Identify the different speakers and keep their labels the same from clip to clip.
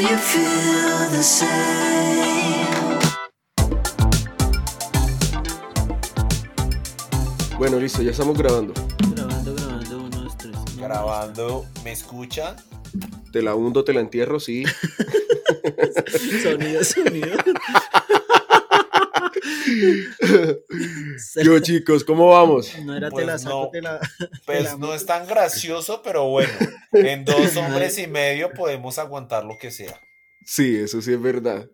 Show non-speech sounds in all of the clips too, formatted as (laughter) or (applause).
Speaker 1: you feel the same?
Speaker 2: Bueno, listo, ya estamos grabando.
Speaker 3: Grabando, grabando, uno, dos, tres. No,
Speaker 4: Grabando,
Speaker 3: (laughs)
Speaker 4: ¿me escuchan?
Speaker 2: Te la hundo, te la entierro, sí.
Speaker 3: no. Sonido, sonido.
Speaker 2: Yo, chicos, ¿cómo vamos?
Speaker 3: No era
Speaker 4: Pues
Speaker 3: te la saco,
Speaker 4: no.
Speaker 3: te la.
Speaker 4: Pues no es tan gracioso, pero bueno,
Speaker 3: (laughs)
Speaker 4: en dos hombres y medio podemos aguantar lo que sea.
Speaker 2: Sí, eso sí es verdad.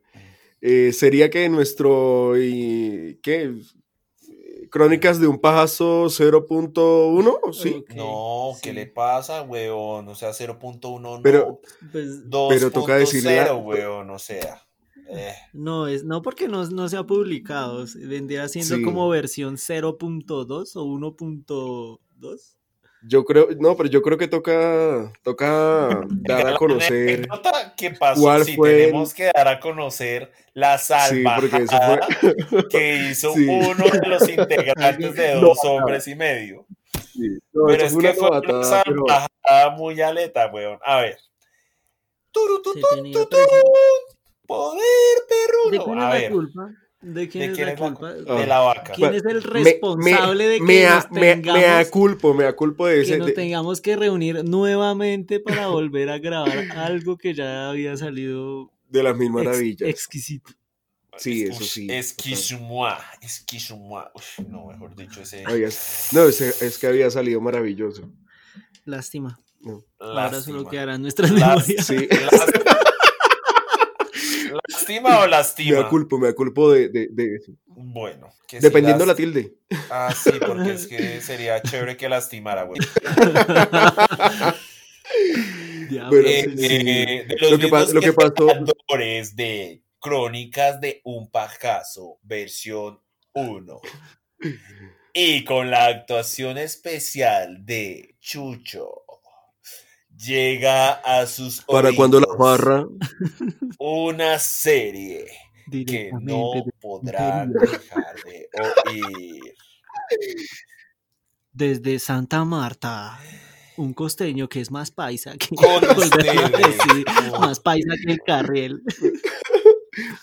Speaker 2: Eh, sería que nuestro. y- ¿Qué? Crónicas de un pajazo 0.1, ¿o sí.
Speaker 3: Ok,
Speaker 4: No, ¿qué
Speaker 3: sí.
Speaker 4: le pasa, weón? O sea, 0.1 no,
Speaker 2: Pero-
Speaker 3: Pues,
Speaker 4: 2.0,
Speaker 2: pero toca decirle a-
Speaker 4: weón, o sea. eh,
Speaker 3: no, es, no porque no, no se ha publicado. se Vendría siendo
Speaker 2: Sí.
Speaker 3: como versión 0.2 o 1.2.
Speaker 2: Yo creo, no, pero yo creo que toca,
Speaker 3: (laughs)
Speaker 2: toca dar a
Speaker 4: (laughs)
Speaker 2: conocer.
Speaker 4: anécdota que pasó
Speaker 2: cuál
Speaker 4: si
Speaker 2: fue el-
Speaker 4: tenemos que dar a conocer la
Speaker 2: Sí,
Speaker 4: salva
Speaker 2: porque eso (laughs) fue.
Speaker 4: que hizo
Speaker 2: Sí.
Speaker 4: uno
Speaker 2: (laughs)
Speaker 4: de los integrantes de dos hombres y medio.
Speaker 2: sí. No,
Speaker 4: pero
Speaker 2: eso
Speaker 4: es
Speaker 2: fue
Speaker 4: que
Speaker 2: una
Speaker 4: fue una
Speaker 2: novatada, ah, pero-
Speaker 4: salvajada muy aleta, weón. A ver. Turu, tu,
Speaker 3: Se
Speaker 4: tu,
Speaker 3: tenía
Speaker 4: tu, tu. Poder
Speaker 3: ¿De
Speaker 4: perruno.
Speaker 3: quién es
Speaker 4: A
Speaker 3: la
Speaker 4: ver,
Speaker 3: culpa? ¿De quién,
Speaker 4: ¿de quién
Speaker 3: es la culpa?
Speaker 2: Ah.
Speaker 4: de la vaca.
Speaker 3: ¿Quién
Speaker 2: Bueno,
Speaker 3: es el
Speaker 2: Me-
Speaker 3: responsable de que
Speaker 2: me,
Speaker 3: nos
Speaker 2: me, me,
Speaker 3: tengamos-
Speaker 2: aculpo, me aculpo de
Speaker 3: que
Speaker 2: ese.
Speaker 3: nos
Speaker 2: de-
Speaker 3: tengamos que reunir nuevamente para volver a grabar algo que ya había salido
Speaker 2: de las mil
Speaker 3: ex-
Speaker 2: maravillas.
Speaker 3: exquisito.
Speaker 2: Sí,
Speaker 4: Es-
Speaker 2: eso
Speaker 4: ush,
Speaker 2: sí,
Speaker 4: Esquizumua, esquizumua. Uf, no, mejor dicho, ese.
Speaker 3: (laughs)
Speaker 2: Había- no, ese- es, que había salido maravilloso.
Speaker 3: Lástima. Ahora solo
Speaker 4: Lástima.
Speaker 3: quedarán nuestras
Speaker 4: Lás-
Speaker 3: memorias. (laughs)
Speaker 2: Sí,
Speaker 4: Lás- (laughs) Lástima o
Speaker 2: me
Speaker 4: lástima.
Speaker 2: aculpo, me aculpo de, de, de eso.
Speaker 4: Bueno, que si
Speaker 2: Dependiendo la
Speaker 4: lás-
Speaker 2: tilde.
Speaker 4: Ah, sí, porque es que sería chévere que lastimara, güey.
Speaker 3: Diablo,
Speaker 2: Pero
Speaker 4: Eh,
Speaker 3: sí,
Speaker 2: sí,
Speaker 3: sí.
Speaker 4: eh, de los
Speaker 2: Lo que, pa-
Speaker 4: mismos
Speaker 2: lo que pasó,
Speaker 4: creadores de Crónicas de un Pajazo, versión 1. Y con la actuación especial de Chucho, llega a sus
Speaker 2: para cuando la
Speaker 4: oídos
Speaker 2: barra,
Speaker 4: una serie que
Speaker 3: Directamente
Speaker 4: no
Speaker 3: de-
Speaker 4: podrán dejar de oír.
Speaker 3: desde Santa Marta. Un costeño que es más paisa que
Speaker 4: Con
Speaker 3: (laughs) volverlo a
Speaker 4: ustedes.
Speaker 3: decir, (laughs)
Speaker 4: Oh.
Speaker 3: más paisa que el carriel.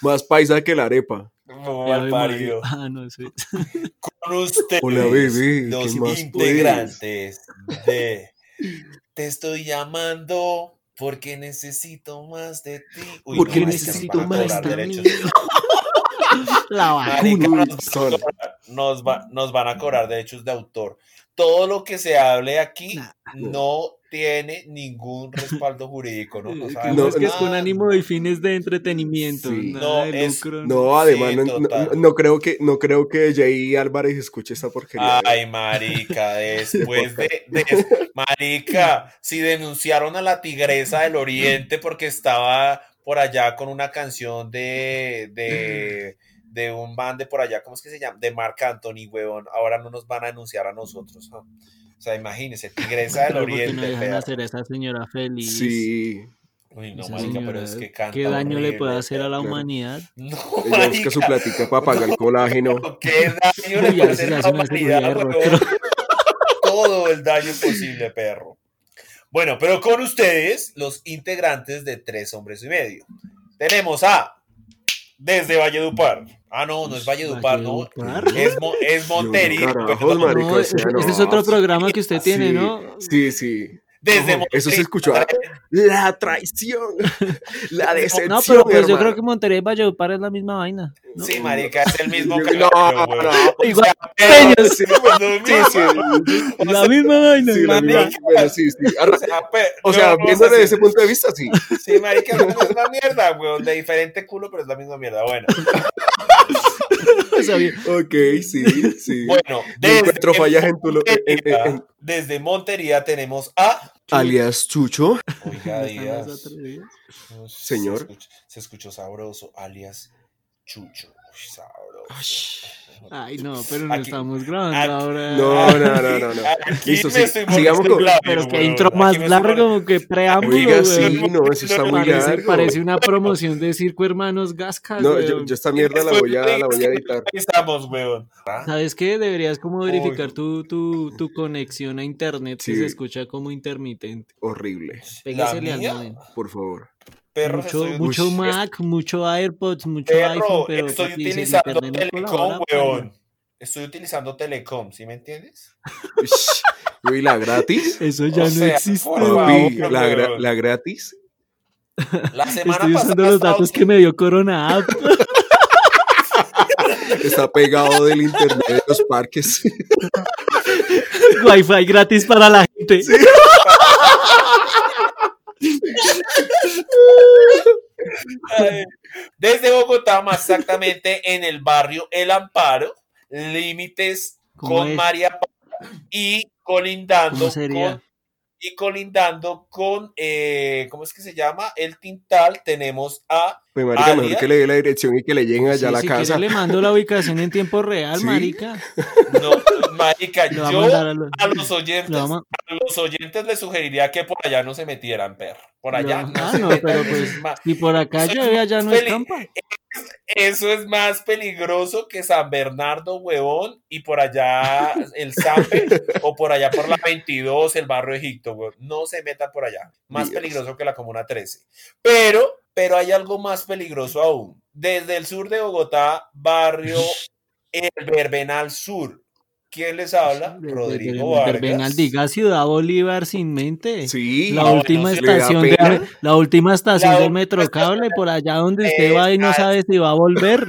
Speaker 2: más paisa que la arepa.
Speaker 4: Mal
Speaker 3: Ave
Speaker 4: parido.
Speaker 3: María. Ah, no, eso es-
Speaker 4: con ustedes,
Speaker 2: Hola, bebé, ¿qué
Speaker 4: los
Speaker 2: más
Speaker 4: integrantes de Te estoy llamando porque necesito más de ti. Uy,
Speaker 2: Porque
Speaker 4: no, marica,
Speaker 2: necesito
Speaker 4: nos van a
Speaker 2: más
Speaker 4: cobrar
Speaker 2: de
Speaker 4: derechos.
Speaker 3: (laughs) La
Speaker 4: Marica,
Speaker 3: vacuna.
Speaker 2: Uy,
Speaker 4: nos, van a
Speaker 2: son.
Speaker 4: cobrar- nos va- nos van a cobrar derechos de autor. Todo lo que se hable aquí
Speaker 3: Nah.
Speaker 4: no tiene ningún respaldo jurídico, ¿no? No
Speaker 3: Eh,
Speaker 4: sabemos
Speaker 3: no, es que es
Speaker 4: nada.
Speaker 3: con ánimo de fines de entretenimiento.
Speaker 2: Sí.
Speaker 3: nada
Speaker 4: No,
Speaker 3: de
Speaker 4: es-
Speaker 3: lucro,
Speaker 2: No, además
Speaker 4: Sí,
Speaker 2: no, no-
Speaker 4: total.
Speaker 2: no creo que no creo que Jay Álvarez escuche esta porquería.
Speaker 4: Ay,
Speaker 2: (laughs)
Speaker 4: marica, después de, de- marica, si denunciaron a la tigresa del oriente porque estaba por allá con una canción de, de, de un band de por allá, ¿cómo es que se llama? De Marc Anthony, huevón, ahora no nos van a denunciar a nosotros, ¿no? O sea, imagínense, tigresa del
Speaker 3: Claro, porque no
Speaker 4: oriente,
Speaker 3: dejan
Speaker 4: perro.
Speaker 3: hacer a esa señora feliz.
Speaker 2: sí,
Speaker 4: Uy, no,
Speaker 3: Esa
Speaker 4: marica, pero
Speaker 3: señora,
Speaker 4: es que canta
Speaker 3: ¿Qué daño le puede
Speaker 4: horrible,
Speaker 3: hacer a la
Speaker 2: claro.
Speaker 3: humanidad?
Speaker 4: (laughs) No,
Speaker 2: ella busca su
Speaker 4: marica,
Speaker 2: platica para pagar el colágeno.
Speaker 4: ¿Qué daño le
Speaker 3: Uy,
Speaker 4: puede
Speaker 3: a veces
Speaker 4: hacer a
Speaker 3: hace
Speaker 4: la
Speaker 3: una cirugía de
Speaker 4: humanidad, huevón?
Speaker 3: rostro.
Speaker 4: (laughs) todo el daño posible, perro. Bueno, pero con ustedes, los integrantes de Tres Hombres y Medio. Tenemos a desde Valledupar. Ah, no, no es Valledupar, no.
Speaker 3: ¿Valledupar?
Speaker 4: Es, Mo- es pues, Montería.
Speaker 2: Yo, carajos,
Speaker 4: perdón.
Speaker 2: marica,
Speaker 3: No,
Speaker 2: o
Speaker 3: ese,
Speaker 2: sea, no.
Speaker 3: ese es otro programa que usted tiene,
Speaker 2: Sí,
Speaker 3: ¿no?
Speaker 2: Sí, sí.
Speaker 4: Desde
Speaker 2: Ojo, Eso se
Speaker 4: Montería.
Speaker 2: escuchó. ah, La traición. La decepción.
Speaker 3: (laughs) No, pero pues yo
Speaker 2: hermano.
Speaker 3: creo que Monterrey y Valledupar es la misma vaina. ¿no?
Speaker 4: Sí, marica, es el mismo
Speaker 2: No,
Speaker 4: cabrón,
Speaker 2: no,
Speaker 4: güey.
Speaker 2: no.
Speaker 3: Igual,
Speaker 4: Pero-
Speaker 2: Sí, sí,
Speaker 4: Lo
Speaker 2: sí,
Speaker 3: (laughs)
Speaker 4: mismo,
Speaker 3: es la misma vaina.
Speaker 2: sí, la
Speaker 4: Marica.
Speaker 2: misma- bueno, sí, sí. Arra-
Speaker 4: o sea, pe-
Speaker 2: O
Speaker 4: no,
Speaker 2: sea,
Speaker 4: no,
Speaker 2: viéndolo
Speaker 4: sí.
Speaker 2: desde ese punto de vista, sí.
Speaker 4: Sí, marica, es la misma mierda, weón. De diferente culo, pero es la misma mierda. Bueno,
Speaker 3: O sea, bien,
Speaker 2: Ok, sí,
Speaker 4: (laughs)
Speaker 2: sí.
Speaker 4: bueno
Speaker 2: No
Speaker 4: desde,
Speaker 2: encuentro fallas en tu lo- en- en- en- en-
Speaker 4: desde Montería tenemos a
Speaker 2: alias Chucho.
Speaker 3: (laughs)
Speaker 4: Oiga,
Speaker 3: ¿no están
Speaker 4: Díaz,
Speaker 3: las atrevidas?
Speaker 4: no,
Speaker 2: Señor.
Speaker 4: Se escuchó, se escuchó sabroso, alias Chucho. Uy, sabroso.
Speaker 3: Ay, no, pero no
Speaker 4: Aquí-
Speaker 3: estamos grabando
Speaker 4: aquí-
Speaker 3: ahora.
Speaker 2: No, no, no, no, no.
Speaker 4: (laughs) Aquí
Speaker 2: Listo,
Speaker 4: me
Speaker 2: sí,
Speaker 4: estoy
Speaker 2: sigamos
Speaker 4: volviendo
Speaker 2: con-
Speaker 4: un labio,
Speaker 3: Pero que
Speaker 4: weón.
Speaker 3: intro
Speaker 4: Aquí
Speaker 3: más
Speaker 4: me estoy volviendo-
Speaker 3: largo que preámbulo,
Speaker 2: Oiga,
Speaker 3: güey.
Speaker 2: sí, no, eso está muy
Speaker 3: Parece,
Speaker 2: largo.
Speaker 3: parece una promoción de Sir Hermanos Gasca.
Speaker 2: No,
Speaker 3: güey.
Speaker 2: yo, yo esta mierda la voy a, la voy a editar.
Speaker 4: Ahí estamos, weón.
Speaker 3: ¿Sabes qué? Deberías como
Speaker 4: Uy.
Speaker 3: verificar tu, tu, tu conexión a internet que
Speaker 2: Sí.
Speaker 3: se escucha como intermitente.
Speaker 2: Horrible,
Speaker 3: Pégasele al
Speaker 4: mía?
Speaker 3: modem.
Speaker 2: por favor.
Speaker 4: Perros,
Speaker 3: Mucho,
Speaker 4: estoy,
Speaker 3: mucho
Speaker 2: Ush.
Speaker 3: Mac, mucho AirPods, mucho iPhone,
Speaker 4: perro,
Speaker 3: pero pues,
Speaker 4: estoy
Speaker 3: papi, si el
Speaker 4: utilizando
Speaker 3: internet no
Speaker 4: Telecom,
Speaker 3: colabora, pues,
Speaker 4: weón. Estoy utilizando Telecom, ¿sí me entiendes?
Speaker 2: Ush, Uy, la
Speaker 3: (laughs)
Speaker 2: gratis.
Speaker 3: papi, Eso ya
Speaker 4: O
Speaker 3: no
Speaker 4: sea,
Speaker 3: existe.
Speaker 4: por
Speaker 3: weón.
Speaker 4: favor.
Speaker 2: Papi, la, gra-
Speaker 4: weón.
Speaker 2: la gratis.
Speaker 3: (laughs)
Speaker 4: La semana
Speaker 3: Estoy
Speaker 4: pasada.
Speaker 3: usando los
Speaker 4: estaba
Speaker 3: datos que me dio Corona App. (laughs)
Speaker 2: Está pegado del internet de los parques. (laughs)
Speaker 3: Wi-Fi gratis para la gente.
Speaker 4: Ay. Desde Bogotá, más exactamente en el barrio El Amparo, límites
Speaker 3: ¿Cómo
Speaker 4: con
Speaker 3: es?
Speaker 4: María Paula y colindando
Speaker 3: ¿Cómo sería?
Speaker 4: con y colindando con eh, ¿cómo es que se llama? El Tintal tenemos a
Speaker 2: Me Pues, marica,
Speaker 4: Alias.
Speaker 2: mejor que le dé la dirección y que le lleguen allá
Speaker 3: Sí,
Speaker 2: a la
Speaker 3: si quiere
Speaker 2: casa.
Speaker 3: le mando la ubicación en tiempo real,
Speaker 2: Sí.
Speaker 3: marica.
Speaker 4: no,
Speaker 3: (laughs)
Speaker 4: marica,
Speaker 3: Le va
Speaker 4: yo
Speaker 3: a mandar a los-
Speaker 4: a los
Speaker 3: le
Speaker 4: oyentes,
Speaker 3: va a ma-
Speaker 4: a los oyentes les sugeriría que por allá no se metieran, perro. Por
Speaker 3: le va-
Speaker 4: allá no
Speaker 3: Ah,
Speaker 4: se
Speaker 3: no,
Speaker 4: metan,
Speaker 3: pero
Speaker 4: eso
Speaker 3: pues
Speaker 4: es ma-
Speaker 3: si por acá
Speaker 4: Soy
Speaker 3: llueve allá no
Speaker 4: feliz.
Speaker 3: escampa.
Speaker 4: Eso es más peligroso que San Bernardo, huevón, y por allá el Sampe, o por allá por la 22, el barrio Egipto, huevón. No se meta por allá. Más
Speaker 2: Dios.
Speaker 4: peligroso que la Comuna 13. Pero, pero hay algo más peligroso aún. Desde el sur de Bogotá, barrio El Verbenal Sur. ¿Quién les habla?
Speaker 3: Ver- ver-
Speaker 4: Rodrigo
Speaker 3: ver- ver-
Speaker 4: Vargas.
Speaker 3: Venal, diga Ciudad Bolívar sin mente.
Speaker 2: Sí,
Speaker 3: La
Speaker 4: Ah, bueno,
Speaker 3: última
Speaker 4: sí.
Speaker 2: Le da
Speaker 3: estación del,
Speaker 2: pena.
Speaker 3: me- la última estación
Speaker 4: La
Speaker 3: del
Speaker 4: última
Speaker 3: metrocable, por allá donde usted
Speaker 4: Eh,
Speaker 3: va y no
Speaker 4: ah.
Speaker 3: sabe si va a
Speaker 4: (laughs)
Speaker 3: volver.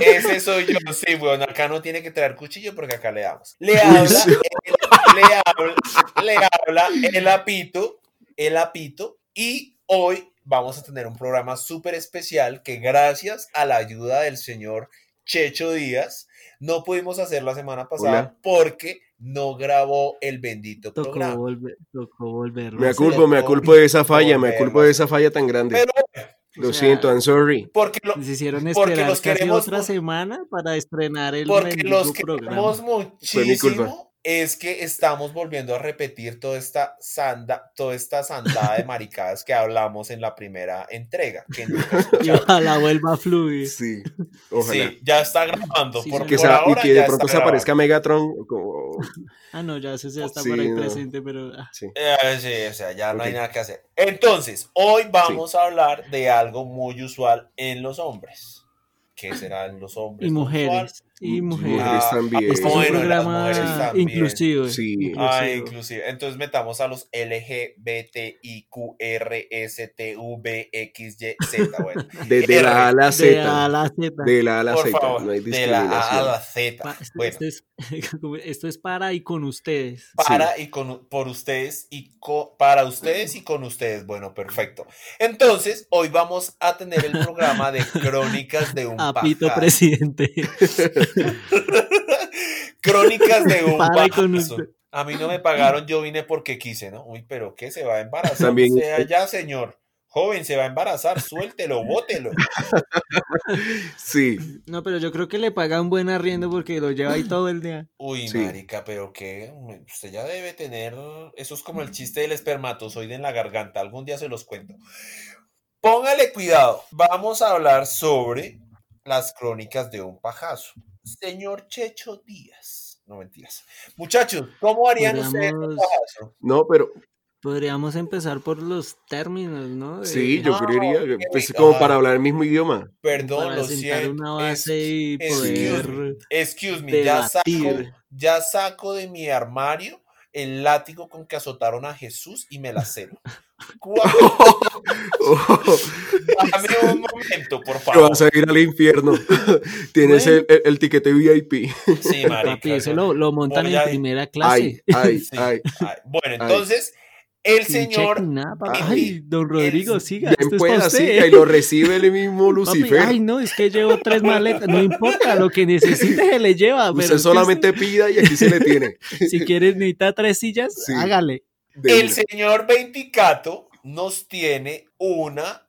Speaker 4: Ese soy yo, sí, weón. Acá no tiene que traer cuchillo porque acá le damos. Le habla,
Speaker 2: sí.
Speaker 4: el, le habla, le habla el apito, el apito. Y hoy vamos a tener un programa súper especial que gracias a la ayuda del señor Checho Díaz no pudimos hacer la semana pasada
Speaker 2: Hola.
Speaker 4: porque no grabó el bendito
Speaker 3: Tocó
Speaker 4: programa.
Speaker 3: volver, tocó volver.
Speaker 2: me
Speaker 3: Rosy.
Speaker 2: aculpo, me aculpo de esa falla, me
Speaker 4: Volvemos.
Speaker 2: aculpo de esa falla tan grande.
Speaker 4: Pero
Speaker 2: Lo
Speaker 3: O sea,
Speaker 2: siento, I'm sorry.
Speaker 4: porque lo,
Speaker 3: Nos hicieron
Speaker 4: porque
Speaker 3: esperar
Speaker 4: los
Speaker 3: casi
Speaker 4: queremos
Speaker 3: otra
Speaker 4: mu-
Speaker 3: semana para estrenar el
Speaker 4: Porque los
Speaker 3: mendigo
Speaker 4: que
Speaker 3: programa.
Speaker 4: queremos
Speaker 2: mi culpa.
Speaker 4: muchísimo es que estamos volviendo a repetir toda esta sanda, toda
Speaker 2: (laughs)
Speaker 4: esta sandada de maricadas que hablamos en la primera entrega. Que nunca
Speaker 3: Y
Speaker 4: escucharon.
Speaker 3: ojalá vuelva a fluir.
Speaker 2: Sí, ojalá.
Speaker 4: Sí, ya está grabando.
Speaker 3: Sí,
Speaker 4: por,
Speaker 2: Que
Speaker 3: señor.
Speaker 2: sa-
Speaker 4: por
Speaker 2: y
Speaker 4: ahora
Speaker 2: que
Speaker 4: ya
Speaker 2: de
Speaker 4: está
Speaker 2: pronto se
Speaker 4: grabando.
Speaker 2: aparezca Megatron. o como-
Speaker 3: Ah, no, ya se, está
Speaker 2: Sí,
Speaker 3: por ahí
Speaker 2: no.
Speaker 3: presente, pero ah,
Speaker 2: sí.
Speaker 4: Eh, sí, o sea, ya no hay
Speaker 2: Ok.
Speaker 4: nada que hacer. Entonces, hoy vamos a hablar de algo muy usual en los hombres. ¿Qué serán los hombres?
Speaker 3: y
Speaker 4: lo usual?
Speaker 3: mujeres. Y mujeres.
Speaker 2: mujeres
Speaker 4: Ah,
Speaker 2: también.
Speaker 3: este es un
Speaker 4: bueno, las mujeres
Speaker 3: programa
Speaker 4: también.
Speaker 3: inclusivo.
Speaker 2: Sí.
Speaker 4: Ah,
Speaker 3: inclusivo.
Speaker 4: inclusive. Entonces metamos a los
Speaker 2: (laughs)
Speaker 4: LGBTIQRSTUVXYZ. Bueno,
Speaker 2: Desde la A a la
Speaker 3: De A
Speaker 2: Z.
Speaker 3: a la Z.
Speaker 2: De la A a la
Speaker 4: por
Speaker 2: Z.
Speaker 4: favor,
Speaker 2: No hay
Speaker 4: de la A a
Speaker 2: discriminación.
Speaker 4: la Z. (laughs)
Speaker 3: Pa- este, esto, esto
Speaker 4: Bueno,
Speaker 3: es, (laughs) como- esto es para y con ustedes.
Speaker 4: para y con, por ustedes y co- para ustedes y con ustedes. Bueno, perfecto. Entonces, hoy vamos a tener el programa
Speaker 3: (laughs)
Speaker 4: de Crónicas de un
Speaker 3: Apito
Speaker 4: Pajazo. (laughs)
Speaker 3: presidente.
Speaker 4: Crónicas de un
Speaker 3: Para y con
Speaker 4: Pajazo.
Speaker 3: usted.
Speaker 4: A mí no me pagaron, yo vine porque quise, ¿no? Uy, pero ¿qué? Se va a embarazar.
Speaker 2: También-
Speaker 4: Sea ya, señor. Joven, se va a embarazar, suéltelo, bótelo.
Speaker 2: Sí,
Speaker 3: No, pero yo creo que le pagan buen arriendo porque lo lleva ahí todo el
Speaker 4: (laughs)
Speaker 3: día.
Speaker 4: Uy,
Speaker 2: Sí.
Speaker 4: marica, pero que usted ya debe tener. Eso es
Speaker 3: Mm.
Speaker 4: como el chiste del espermatozoide en la garganta. Algún día se los cuento. Póngale cuidado. Vamos a hablar sobre las crónicas de un pajazo. Señor Checho Díaz. No mentiras. Muchachos, ¿cómo harían ustedes un
Speaker 3: Podríamos-
Speaker 4: pajazo?
Speaker 2: no, pero
Speaker 3: Podríamos empezar por los términos, ¿no? De-
Speaker 2: sí, yo
Speaker 4: No,
Speaker 2: creería.
Speaker 4: qué
Speaker 2: Pues
Speaker 4: rico.
Speaker 2: como para hablar el mismo
Speaker 4: (laughs)
Speaker 2: idioma. (laughs)
Speaker 4: Perdón,
Speaker 3: para
Speaker 4: lo
Speaker 3: sentar
Speaker 4: siento.
Speaker 3: una base
Speaker 4: Es-
Speaker 3: y
Speaker 4: excuse
Speaker 3: poder
Speaker 4: Excuse me, ya saco,
Speaker 3: debatir.
Speaker 4: ya saco de mi armario el látigo con que azotaron a Jesús y me
Speaker 3: (laughs)
Speaker 4: la celo. Cuá- (laughs) Dame un momento, por
Speaker 2: Te
Speaker 4: favor.
Speaker 2: Oh, vas a ir al infierno. (laughs) Tienes
Speaker 3: Bueno.
Speaker 2: el, el- el tiquete VIP.
Speaker 4: Sí, marica,
Speaker 3: Papi, ese
Speaker 4: yo-
Speaker 3: lo, lo montan
Speaker 4: Voy
Speaker 3: en
Speaker 4: ahí.
Speaker 3: primera clase.
Speaker 2: Ay,
Speaker 3: (laughs)
Speaker 2: ay,
Speaker 4: Sí.
Speaker 2: ay.
Speaker 4: Ay, Bueno,
Speaker 2: Ay.
Speaker 4: entonces, el
Speaker 3: Sin
Speaker 4: señor.
Speaker 3: check ni nada, papi.
Speaker 2: Ay,
Speaker 3: Ay, don Rodrigo,
Speaker 4: el-
Speaker 3: siga.
Speaker 2: Bien
Speaker 3: Esto Este es para
Speaker 2: pueda, sí,
Speaker 3: usted.
Speaker 2: y lo recibe el mismo
Speaker 3: (laughs) Papi,
Speaker 2: Lucifer.
Speaker 3: ay, no, es que llevo tres maletas. No importa, lo que necesite se le lleva. Pero es que
Speaker 2: usted solamente pida y aquí se le tiene.
Speaker 3: usted,
Speaker 2: (laughs)
Speaker 3: si quieres, necesita tres sillas,
Speaker 2: Sí.
Speaker 3: hágale.
Speaker 2: De
Speaker 4: El
Speaker 2: una.
Speaker 4: señor Veinticato nos tiene unas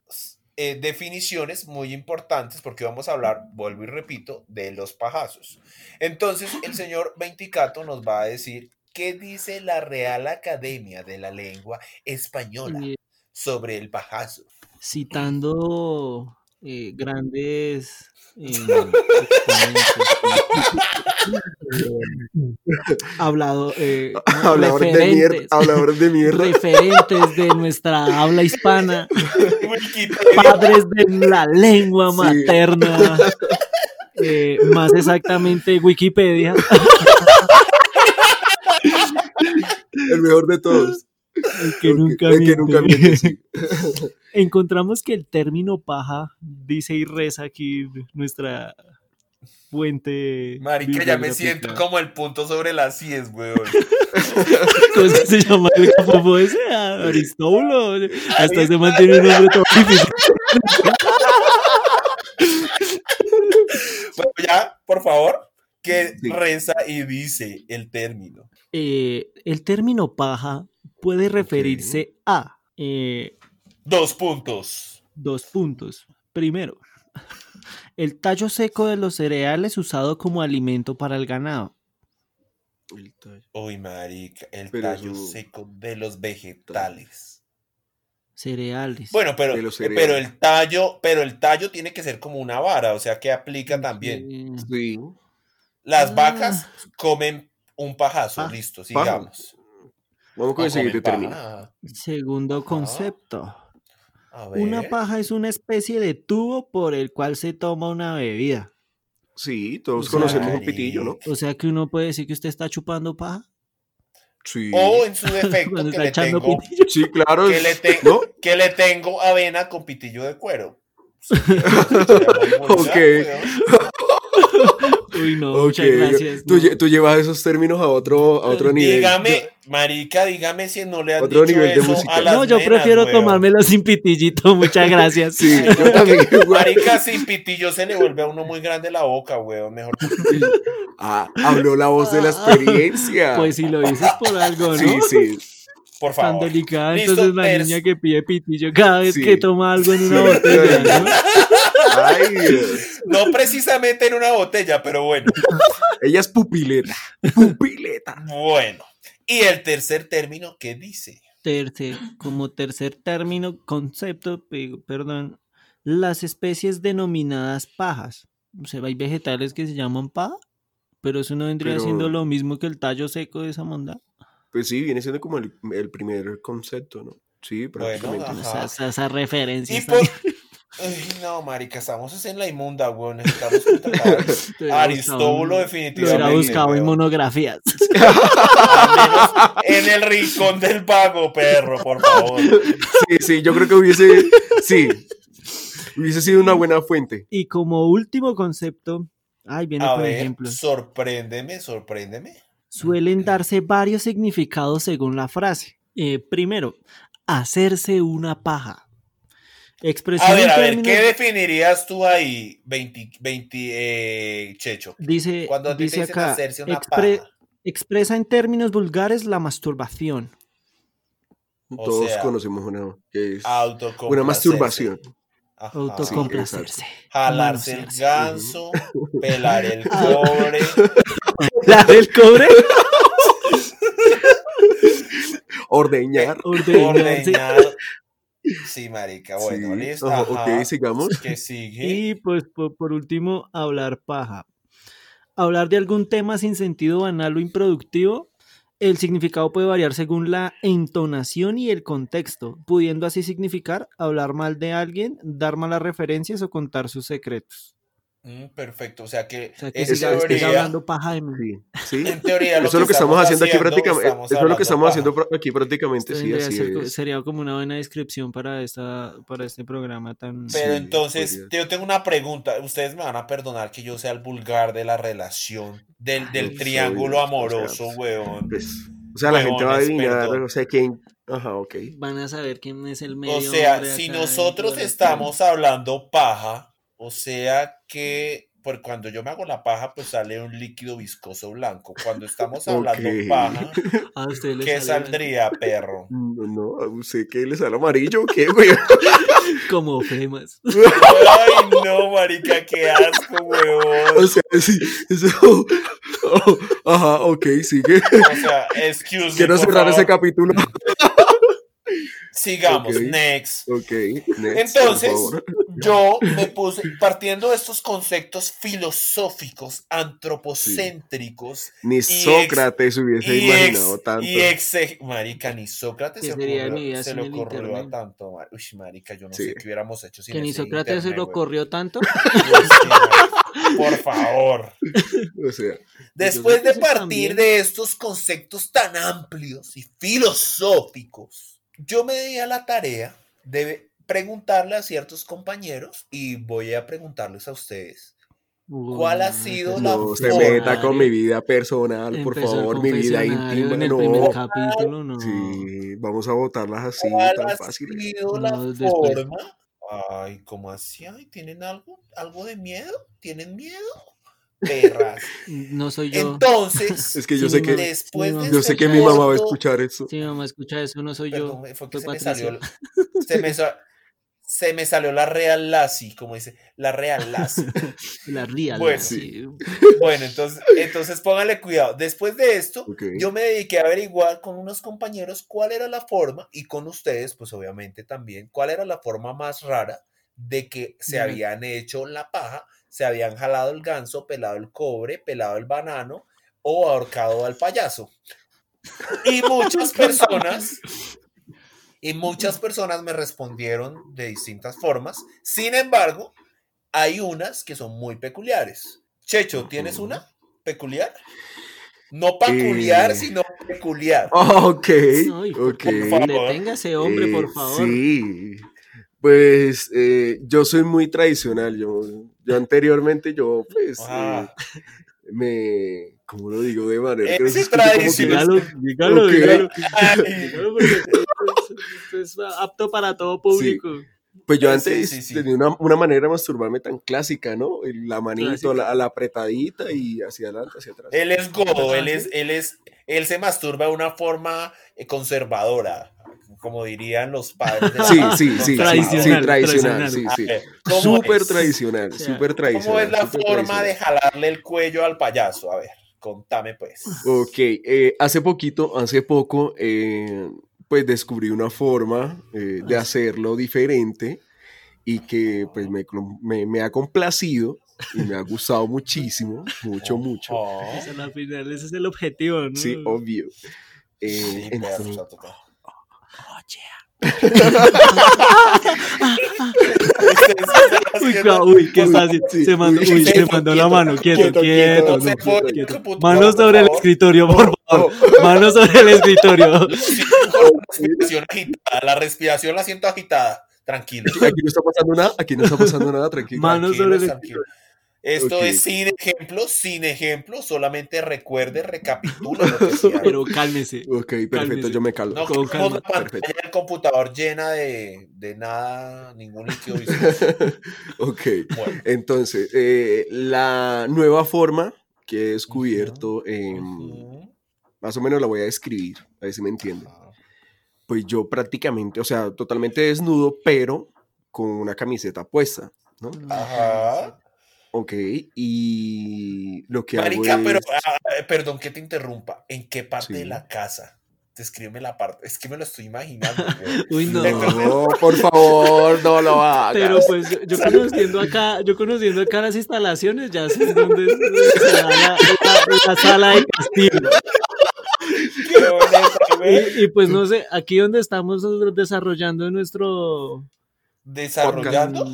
Speaker 4: eh, definiciones muy importantes porque vamos a hablar, vuelvo y repito, de los pajazos. Entonces, el señor Veinticato nos va a decir qué dice la Real Academia de la Lengua Española
Speaker 3: Y, eh,
Speaker 4: sobre el
Speaker 2: (laughs)
Speaker 4: pajazo.
Speaker 2: (laughs)
Speaker 3: Citando eh, grandes. eh, exponentes, Hablado, eh,
Speaker 2: (laughs) Hablador de, mier
Speaker 3: referentes,
Speaker 2: hablador de
Speaker 3: (laughs)
Speaker 2: mierda.
Speaker 3: referentes de nuestra
Speaker 2: (laughs)
Speaker 3: habla hispana,
Speaker 4: Wikipedia.
Speaker 3: padres de la lengua
Speaker 2: Sí. (laughs)
Speaker 3: materna, eh, más exactamente Wikipedia. (laughs)
Speaker 2: El mejor de todos.
Speaker 3: El que nunca
Speaker 2: El que nunca
Speaker 3: miente.
Speaker 2: miente, sí.
Speaker 3: Encontramos que el término paja dice y reza aquí nuestra fuente.
Speaker 4: Marica, ya me
Speaker 3: bibliográfica. (laughs)
Speaker 4: siento como el punto sobre las CIES, weón.
Speaker 3: ¿Cómo es que se llama el capo ese? Ah, Aristóbulo. Hasta se mantiene un nombre todo difícil.
Speaker 4: Bueno, ya, por favor, que
Speaker 2: Sí.
Speaker 4: reza y dice el término.
Speaker 3: Eh, el término paja puede referirse a eh,
Speaker 4: Dos puntos.
Speaker 3: dos puntos. Primero, el tallo seco de los cereales usado como alimento para el ganado.
Speaker 4: Uy, marica, el
Speaker 2: Pero
Speaker 4: tallo
Speaker 2: eso-
Speaker 4: seco de los vegetales.
Speaker 3: Cereales.
Speaker 4: Bueno, pero,
Speaker 2: De los
Speaker 4: pero
Speaker 2: cereales.
Speaker 4: el tallo, pero el tallo tiene que ser como una vara, o sea que aplica también.
Speaker 3: Eh,
Speaker 2: Sí.
Speaker 4: Las
Speaker 3: Ah.
Speaker 4: vacas comen un pajazo,
Speaker 3: Pa-
Speaker 4: listo,
Speaker 2: paja.
Speaker 4: sigamos.
Speaker 2: Vamos con
Speaker 4: O
Speaker 2: el siguiente
Speaker 4: comen
Speaker 2: término.
Speaker 4: paja.
Speaker 3: segundo
Speaker 4: Ah.
Speaker 3: concepto.
Speaker 4: A ver.
Speaker 3: Una paja es una especie de tubo por el cual se toma una bebida.
Speaker 2: Sí, todos
Speaker 3: O sea,
Speaker 2: conocemos un
Speaker 4: marica.
Speaker 2: pitillo, ¿no?
Speaker 3: O sea que uno puede decir que usted está chupando paja
Speaker 2: Sí.
Speaker 4: O en su defecto
Speaker 3: cuando
Speaker 4: que
Speaker 3: está
Speaker 4: le,
Speaker 3: echando
Speaker 4: tengo,
Speaker 3: pitillo.
Speaker 2: Sí, claro.
Speaker 4: que le
Speaker 2: es-
Speaker 4: te-
Speaker 2: ¿No?
Speaker 4: que le tengo avena con pitillo de cuero.
Speaker 2: Ok.
Speaker 3: Uy, no,
Speaker 2: Ok,
Speaker 3: muchas gracias.
Speaker 2: tú,
Speaker 3: no.
Speaker 2: lle- tú llevas esos términos a otro, a otro nivel.
Speaker 4: Dígame, marica, dígame si no le han
Speaker 2: Otro
Speaker 4: dicho
Speaker 2: nivel de
Speaker 4: eso
Speaker 2: música.
Speaker 4: a las
Speaker 3: No, yo
Speaker 4: nenas,
Speaker 3: prefiero
Speaker 4: weón.
Speaker 3: tomármelo sin pitillito, muchas gracias.
Speaker 2: Sí,
Speaker 4: Ay,
Speaker 2: yo también. güey.
Speaker 4: Marica, sin pitillo se le vuelve a uno muy grande la boca, weón. Mejor.
Speaker 2: Ah, habló la voz de la experiencia.
Speaker 3: Pues si lo dices por algo, ¿no?
Speaker 2: sí, sí.
Speaker 4: ah. Por
Speaker 3: Tan
Speaker 4: favor.
Speaker 3: delicada,
Speaker 4: Listo,
Speaker 3: entonces la
Speaker 4: pers-
Speaker 3: niña que pide pitillo cada vez
Speaker 2: Sí.
Speaker 3: que toma algo en una
Speaker 2: Sí.
Speaker 3: botella,
Speaker 4: (laughs)
Speaker 3: ¿no?
Speaker 2: Ay, Dios.
Speaker 4: No precisamente en una botella, pero bueno.
Speaker 2: Ella es pupileta. Pupileta.
Speaker 4: Bueno. Y el tercer término, ¿qué dice?
Speaker 3: Tercer, como tercer término, concepto, pe- perdón, las especies denominadas pajas. O sea, hay vegetales que se llaman paja, pero eso no vendría
Speaker 2: Pero-
Speaker 3: siendo lo mismo que el tallo seco de esa monda.
Speaker 2: Pues sí, viene siendo como el, el primer concepto, ¿no? Sí, prácticamente.
Speaker 4: Bueno,
Speaker 3: O sea,
Speaker 4: Ajá.
Speaker 3: esa, esa referencia.
Speaker 4: Y
Speaker 3: está-
Speaker 4: por...
Speaker 3: (laughs)
Speaker 4: Ay, no, marica, estamos es en la inmunda, weón. Necesitamos
Speaker 3: (laughs)
Speaker 4: contratar.
Speaker 3: Te hubiera
Speaker 4: Aristóbulo,
Speaker 3: buscado- Lo hubiera
Speaker 4: definitivamente.
Speaker 3: buscado en
Speaker 4: weón.
Speaker 3: monografías.
Speaker 4: Al menos en el rincón del vago, perro, por
Speaker 3: (laughs)
Speaker 4: favor.
Speaker 2: Sí, sí, yo creo que hubiese. Sí. Hubiese sido una buena fuente.
Speaker 3: Y como último concepto, ahí viene
Speaker 4: A
Speaker 3: por
Speaker 4: ver,
Speaker 3: ejemplo.
Speaker 4: sorpréndeme, sorpréndeme.
Speaker 3: Suelen darse varios significados según la frase. Eh, primero, hacerse una paja. Expresión
Speaker 4: A ver,
Speaker 3: en
Speaker 4: a ver,
Speaker 3: términos-
Speaker 4: ¿qué definirías tú ahí, 20, 20, eh, Checho?
Speaker 3: dice,
Speaker 4: Cuando a ti te
Speaker 3: dice
Speaker 4: dicen
Speaker 3: acá,
Speaker 4: hacerse una
Speaker 3: expre-
Speaker 4: paja.
Speaker 3: expresa en términos vulgares la masturbación.
Speaker 4: O
Speaker 2: Todos
Speaker 4: sea,
Speaker 2: conocemos una. que es
Speaker 4: Autocomplacerse.
Speaker 2: una masturbación.
Speaker 4: Ajá.
Speaker 3: Autocomplacerse.
Speaker 4: Jalarse el
Speaker 3: manosearse.
Speaker 4: ganso, pelar el
Speaker 3: Ah, (laughs)
Speaker 4: cobre,
Speaker 3: (laughs) ¿La del
Speaker 4: (laughs)
Speaker 3: cobre?
Speaker 2: Ordeñar.
Speaker 3: Ordeñarse.
Speaker 4: ordeñar. Sí, marica, bueno,
Speaker 2: sí.
Speaker 4: listo.
Speaker 2: Ojo,
Speaker 4: ajá.
Speaker 2: ok, sigamos.
Speaker 4: ¿Qué sigue?
Speaker 3: Y pues po- por, último, hablar paja. Hablar de algún tema sin sentido banal o improductivo. El significado puede variar según la entonación y el contexto, pudiendo así significar hablar mal de alguien, dar malas referencias o contar sus secretos.
Speaker 4: Mm, perfecto, o sea que,
Speaker 3: O sea, que
Speaker 4: en
Speaker 3: si ya estás
Speaker 4: teoría-
Speaker 3: hablando paja de mí.
Speaker 2: Sí. sí.
Speaker 4: en teoría
Speaker 2: Eso es lo que estamos haciendo aquí prácticamente. Eso
Speaker 4: estamos
Speaker 2: es lo que
Speaker 4: hablando
Speaker 2: estamos haciendo
Speaker 4: paja.
Speaker 2: pra- aquí prácticamente. Sí,
Speaker 3: Tendría
Speaker 2: así
Speaker 3: ser co-
Speaker 2: es.
Speaker 3: Sería como una buena descripción para, esta, para este programa tan...
Speaker 4: Pero
Speaker 2: Sí,
Speaker 4: entonces,
Speaker 2: podría.
Speaker 4: yo tengo una pregunta. Ustedes me van a perdonar que yo sea el vulgar de la relación, del,
Speaker 3: Ay,
Speaker 4: del
Speaker 2: pues,
Speaker 4: triángulo
Speaker 2: obvio,
Speaker 4: amoroso,
Speaker 2: o sea,
Speaker 4: weón.
Speaker 2: Pues, o sea, la gente va a
Speaker 4: Huevones,
Speaker 2: adivinar,
Speaker 4: perdón.
Speaker 2: o sea, quién. Ajá, ok.
Speaker 3: Van a saber quién es el medio
Speaker 4: O sea,
Speaker 3: hombre
Speaker 4: si
Speaker 3: acá
Speaker 4: nosotros
Speaker 3: dentro de la
Speaker 4: estamos hablando paja, o sea que por cuando yo me hago la paja, pues sale un líquido viscoso blanco. Cuando estamos hablando
Speaker 2: (laughs) Ok. (laughs)
Speaker 4: paja,
Speaker 3: historia. A usted le
Speaker 4: ¿qué
Speaker 3: sale blanco.
Speaker 4: saldría, perro?
Speaker 2: No, no, usted que le sale amarillo, o ¿qué, güey?
Speaker 3: Como femas.
Speaker 4: Ay, no, marica, qué asco,
Speaker 2: (laughs)
Speaker 4: weón.
Speaker 2: O sea, sí. eso- (laughs) oh, ajá, ok, sigue.
Speaker 4: O sea, excuse me.
Speaker 2: Quiero
Speaker 4: por
Speaker 2: cerrar ese
Speaker 4: favor.
Speaker 2: capítulo.
Speaker 4: Sigamos,
Speaker 2: Ok.
Speaker 4: next.
Speaker 2: Ok, next, por
Speaker 4: Entonces,
Speaker 2: favor.
Speaker 4: Yo me puse, partiendo de estos conceptos filosóficos, antropocéntricos,
Speaker 2: Ni
Speaker 4: ex-
Speaker 2: Sócrates hubiese
Speaker 4: y,
Speaker 2: imaginado
Speaker 4: ex-
Speaker 2: tanto.
Speaker 4: y exe- Marica, ni Sócrates
Speaker 3: ¿Qué
Speaker 4: se,
Speaker 3: sería de mi
Speaker 4: ocurrió-
Speaker 3: vida
Speaker 4: se
Speaker 3: sin
Speaker 4: le
Speaker 3: el
Speaker 4: ocurrió a
Speaker 3: internet?
Speaker 4: tanto. mar- Uy, Marica, yo no
Speaker 2: Sí.
Speaker 4: sé qué hubiéramos hecho sin
Speaker 3: Que ni
Speaker 4: ese
Speaker 3: Socrates se
Speaker 4: internet,
Speaker 3: lo
Speaker 4: güey.
Speaker 3: corrió tanto.
Speaker 4: Uy, sí, marica, Por
Speaker 3: (laughs)
Speaker 4: favor.
Speaker 2: O sea,
Speaker 4: Después
Speaker 3: creo que eso
Speaker 4: de partir
Speaker 3: también.
Speaker 4: de estos conceptos tan amplios y filosóficos, yo me di a la tarea de preguntarle a ciertos compañeros y voy a preguntarles a ustedes. (laughs) ¿Cuál ha
Speaker 3: Uy,
Speaker 4: sido
Speaker 3: empezó
Speaker 4: la
Speaker 3: el
Speaker 2: no se
Speaker 4: forma.
Speaker 2: meta con mi vida personal,
Speaker 3: confesionario,
Speaker 2: por
Speaker 3: empezó el
Speaker 2: favor, mi vida
Speaker 3: confesionario
Speaker 2: íntima,
Speaker 3: En el
Speaker 2: no.
Speaker 3: primer capítulo, no.
Speaker 2: Sí, vamos a votarlas así,
Speaker 4: ¿Cuál
Speaker 2: tan
Speaker 4: ha
Speaker 2: fácil.
Speaker 4: sido la
Speaker 3: No, después.
Speaker 4: forma? Ay, ¿cómo así? Ay, ¿Tienen algo? ¿Algo de miedo? ¿Tienen miedo?
Speaker 2: (laughs)
Speaker 4: Perras.
Speaker 3: No soy yo.
Speaker 4: Entonces,
Speaker 2: Es que yo
Speaker 3: Sí,
Speaker 2: sé
Speaker 3: mi
Speaker 2: que,
Speaker 3: mamá-
Speaker 4: después
Speaker 3: sí,
Speaker 4: de
Speaker 2: yo
Speaker 4: este
Speaker 2: sé que mi mamá va a
Speaker 4: corto-
Speaker 2: escuchar eso.
Speaker 3: Si mamá escucha eso, no soy yo.
Speaker 4: Perdón, fue que
Speaker 3: Fue
Speaker 4: se me
Speaker 3: Patricia.
Speaker 4: salió. la- Se me, sa- se me salió la Real Lassi, como dice, la Real Lassi.
Speaker 2: (laughs)
Speaker 3: La real.
Speaker 4: Bueno,
Speaker 3: sí.
Speaker 4: Bueno, entonces, entonces pónganle cuidado. Después de esto,
Speaker 2: Ok.
Speaker 4: yo me dediqué a averiguar con unos compañeros cuál era la forma y con ustedes, pues obviamente también, cuál era la forma más rara de que se
Speaker 3: Dime.
Speaker 4: habían hecho la paja, se habían jalado el ganso, pelado el cobre, pelado el banano o ahorcado al payaso. Y
Speaker 2: (laughs)
Speaker 4: muchas personas, y muchas personas me respondieron de distintas formas. Sin embargo, hay unas que son muy peculiares. Checho, ¿tienes
Speaker 2: Ujú.
Speaker 4: una peculiar? No peculiar,
Speaker 2: Eh. Oh,
Speaker 4: sino peculiar.
Speaker 2: Ah, Ok,
Speaker 3: Ay,
Speaker 2: ok.
Speaker 4: por favor.
Speaker 3: Deténgase, hombre,
Speaker 2: Eh,
Speaker 3: por favor.
Speaker 2: Sí. Pues eh, yo soy muy tradicional. Yo, yo anteriormente, yo, pues,
Speaker 4: Ah.
Speaker 2: eh, me. ¿Cómo lo digo de manera?
Speaker 4: Ese
Speaker 2: que no se escuche como que-
Speaker 4: tradicional.
Speaker 3: Dígalo, dígalo,
Speaker 2: Ok.
Speaker 3: dígalo.
Speaker 4: Ay,
Speaker 3: Dígalo porque esto es- esto es apto para todo público.
Speaker 2: Pues yo
Speaker 4: Eh, sí,
Speaker 2: antes
Speaker 4: sí, sí.
Speaker 2: tenía una, una manera de masturbarme tan clásica, ¿no? El- La manito,
Speaker 3: Clásica.
Speaker 2: la, la apretadita y hacia adelante, hacia atrás.
Speaker 4: él es godo, él es, él es, él se masturba de una forma eh, conservadora, como dirían los padres. de la (laughs)
Speaker 2: Sí,
Speaker 4: paz,
Speaker 2: sí, sí, sí, sí,
Speaker 4: conservadora.
Speaker 2: tradicional,
Speaker 3: tradicional.
Speaker 2: sí,
Speaker 4: A
Speaker 2: sí.
Speaker 4: ver, Ah, ¿cómo
Speaker 2: Súper
Speaker 4: es?
Speaker 2: tradicional,
Speaker 3: O sea,
Speaker 2: súper tradicional.
Speaker 4: ¿Cómo es la
Speaker 2: súper
Speaker 4: forma
Speaker 2: tradicional.
Speaker 4: de jalarle el cuello al payaso? A ver, contame pues.
Speaker 2: Ok, eh, hace poquito, hace poco, eh, pues descubrí una forma eh,
Speaker 4: Ah,
Speaker 2: de hacerlo diferente y que pues me, clom- me- me ha complacido y me ha gustado muchísimo, mucho, mucho.
Speaker 4: Oh, mm.
Speaker 3: O sea, al final ese es el objetivo, ¿no?
Speaker 2: Sí, obvio. Eh,
Speaker 4: sí, perro,
Speaker 2: entonces-
Speaker 4: ta, ta, (laughs) ta.
Speaker 3: Oh, Uy, cua- uy, ¿qué
Speaker 4: (laughs)
Speaker 3: está haciendo?
Speaker 2: Sí,
Speaker 3: se mandó,
Speaker 2: uy,
Speaker 3: uy, se
Speaker 4: quieto,
Speaker 3: mandó
Speaker 4: quieto,
Speaker 3: la mano, quieto,
Speaker 2: quieto,
Speaker 3: quieto.
Speaker 2: quieto,
Speaker 4: No se
Speaker 3: no.
Speaker 2: quieto,
Speaker 4: puede,
Speaker 2: quieto.
Speaker 4: computador,
Speaker 3: Manos
Speaker 4: por
Speaker 3: sobre el
Speaker 4: favor.
Speaker 3: escritorio, por favor.
Speaker 2: Oh,
Speaker 3: Manos sobre el escritorio.
Speaker 4: Sí, con la respiración agitada, la respiración la siento agitada. Tranquilo.
Speaker 2: aquí no está pasando nada, aquí no está pasando nada, tranquilo.
Speaker 3: Ma- Manos
Speaker 4: tranquilo,
Speaker 3: sobre el
Speaker 4: tranquilo. Esto
Speaker 2: Ok.
Speaker 4: es sin ejemplo, sin ejemplo, solamente recuerde, recapitula
Speaker 3: (laughs)
Speaker 4: lo que hicieron.
Speaker 3: Pero cálmese.
Speaker 2: Ok, perfecto,
Speaker 3: Cálmese.
Speaker 2: yo me calo.
Speaker 4: No
Speaker 3: Con
Speaker 4: queremos
Speaker 3: calma,
Speaker 4: la pantalla
Speaker 2: perfecto. (laughs)
Speaker 4: del computador llena de, de nada, ningún líquido visual.
Speaker 2: (laughs) ok,
Speaker 4: Bueno,
Speaker 2: entonces, eh, la nueva forma que he descubierto... em,
Speaker 4: ujú,
Speaker 2: más o menos la voy a describir, a ver si me entienden.
Speaker 4: ajá.
Speaker 2: Pues yo prácticamente, o sea, totalmente desnudo, pero con una camiseta puesta, ¿no?
Speaker 4: Ajá.
Speaker 2: Ok, y lo que
Speaker 4: Marica,
Speaker 2: hago
Speaker 4: pero
Speaker 2: es...
Speaker 4: (laughs) ah, ah, perdón que te interrumpa. ¿En qué parte de
Speaker 2: Sí.
Speaker 4: la casa? Descríbeme la parte. Es que me lo estoy imaginando. güey.
Speaker 3: (laughs) Uy, no.
Speaker 2: No, por favor, no lo hagas.
Speaker 3: Pero pues yo, yo conociendo acá, yo conociendo acá las instalaciones, ya sé dónde se da la, la- la sala de castigo.
Speaker 4: Qué bonito,
Speaker 2: (laughs)
Speaker 4: güey.
Speaker 3: Y, y, pues no sé, aquí donde estamos desarrollando nuestro
Speaker 4: Desarrollando.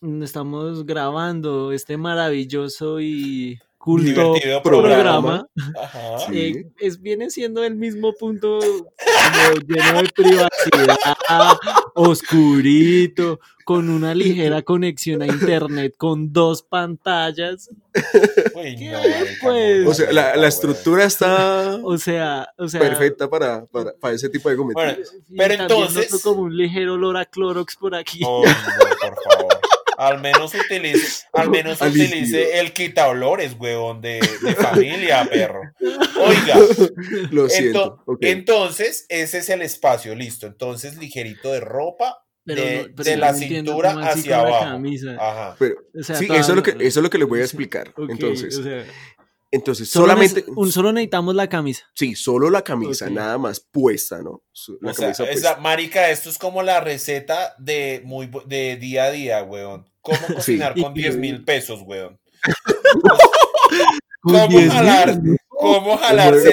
Speaker 3: mm, estamos grabando este maravilloso y culto
Speaker 4: Divertido
Speaker 3: programa.
Speaker 4: Ajá.
Speaker 2: Sí.
Speaker 3: eh, es, viene siendo el mismo punto como lleno de privacidad, oscurito, con una ligera conexión a internet, con dos pantallas.
Speaker 4: Uy, no,
Speaker 3: ¿Qué,
Speaker 4: marica,
Speaker 3: pues?
Speaker 4: muy
Speaker 2: O sea, la,
Speaker 4: bonito,
Speaker 2: la
Speaker 4: güey.
Speaker 2: estructura está
Speaker 3: O sea, o sea.
Speaker 2: perfecta para, para, para ese tipo de
Speaker 4: Bueno,
Speaker 2: comentarios.
Speaker 3: y
Speaker 4: pero
Speaker 3: también
Speaker 4: entonces-
Speaker 3: noto como un ligero olor a Clorox por
Speaker 4: (laughs)
Speaker 3: aquí.
Speaker 4: Oh, no, por favor. Al menos utilice, al menos
Speaker 2: A líquido.
Speaker 4: utilice el quitaolores, huevón, de, de familia, perro. Oiga,
Speaker 2: (laughs) lo
Speaker 4: ento-
Speaker 2: siento. ok.
Speaker 4: entonces ese es el espacio, listo. Entonces ligerito de ropa,
Speaker 3: Pero
Speaker 4: de,
Speaker 3: no- pero
Speaker 4: de
Speaker 3: yo
Speaker 4: la
Speaker 3: no entiendo
Speaker 4: cintura
Speaker 3: cómo así
Speaker 4: hacia
Speaker 3: con la
Speaker 4: abajo. Ah.
Speaker 3: camisa.
Speaker 4: Ajá.
Speaker 2: Pero,
Speaker 3: O sea,
Speaker 2: sí,
Speaker 3: toda-
Speaker 2: eso es, lo que, eso es lo que les voy a
Speaker 3: sí,
Speaker 2: explicar.
Speaker 3: ok,
Speaker 2: Entonces,
Speaker 3: o sea,
Speaker 2: Entonces,
Speaker 3: Solo
Speaker 2: solamente.
Speaker 3: nece- un, solo necesitamos la camisa.
Speaker 2: Sí, solo la camisa,
Speaker 3: Ok.
Speaker 2: nada más puesta, ¿no? Su- La
Speaker 4: O sea,
Speaker 2: camisa pues.
Speaker 4: esa-
Speaker 2: puesta.
Speaker 4: marica, esto es como la receta de, muy, bu- de día a día, weón.
Speaker 2: (laughs)
Speaker 4: ¿Cómo cocinar con
Speaker 3: Y-
Speaker 4: 10 mil pesos, weón?
Speaker 3: Con
Speaker 4: ¿Cómo
Speaker 3: 10.000.
Speaker 4: jalar? ¿Cómo jalarse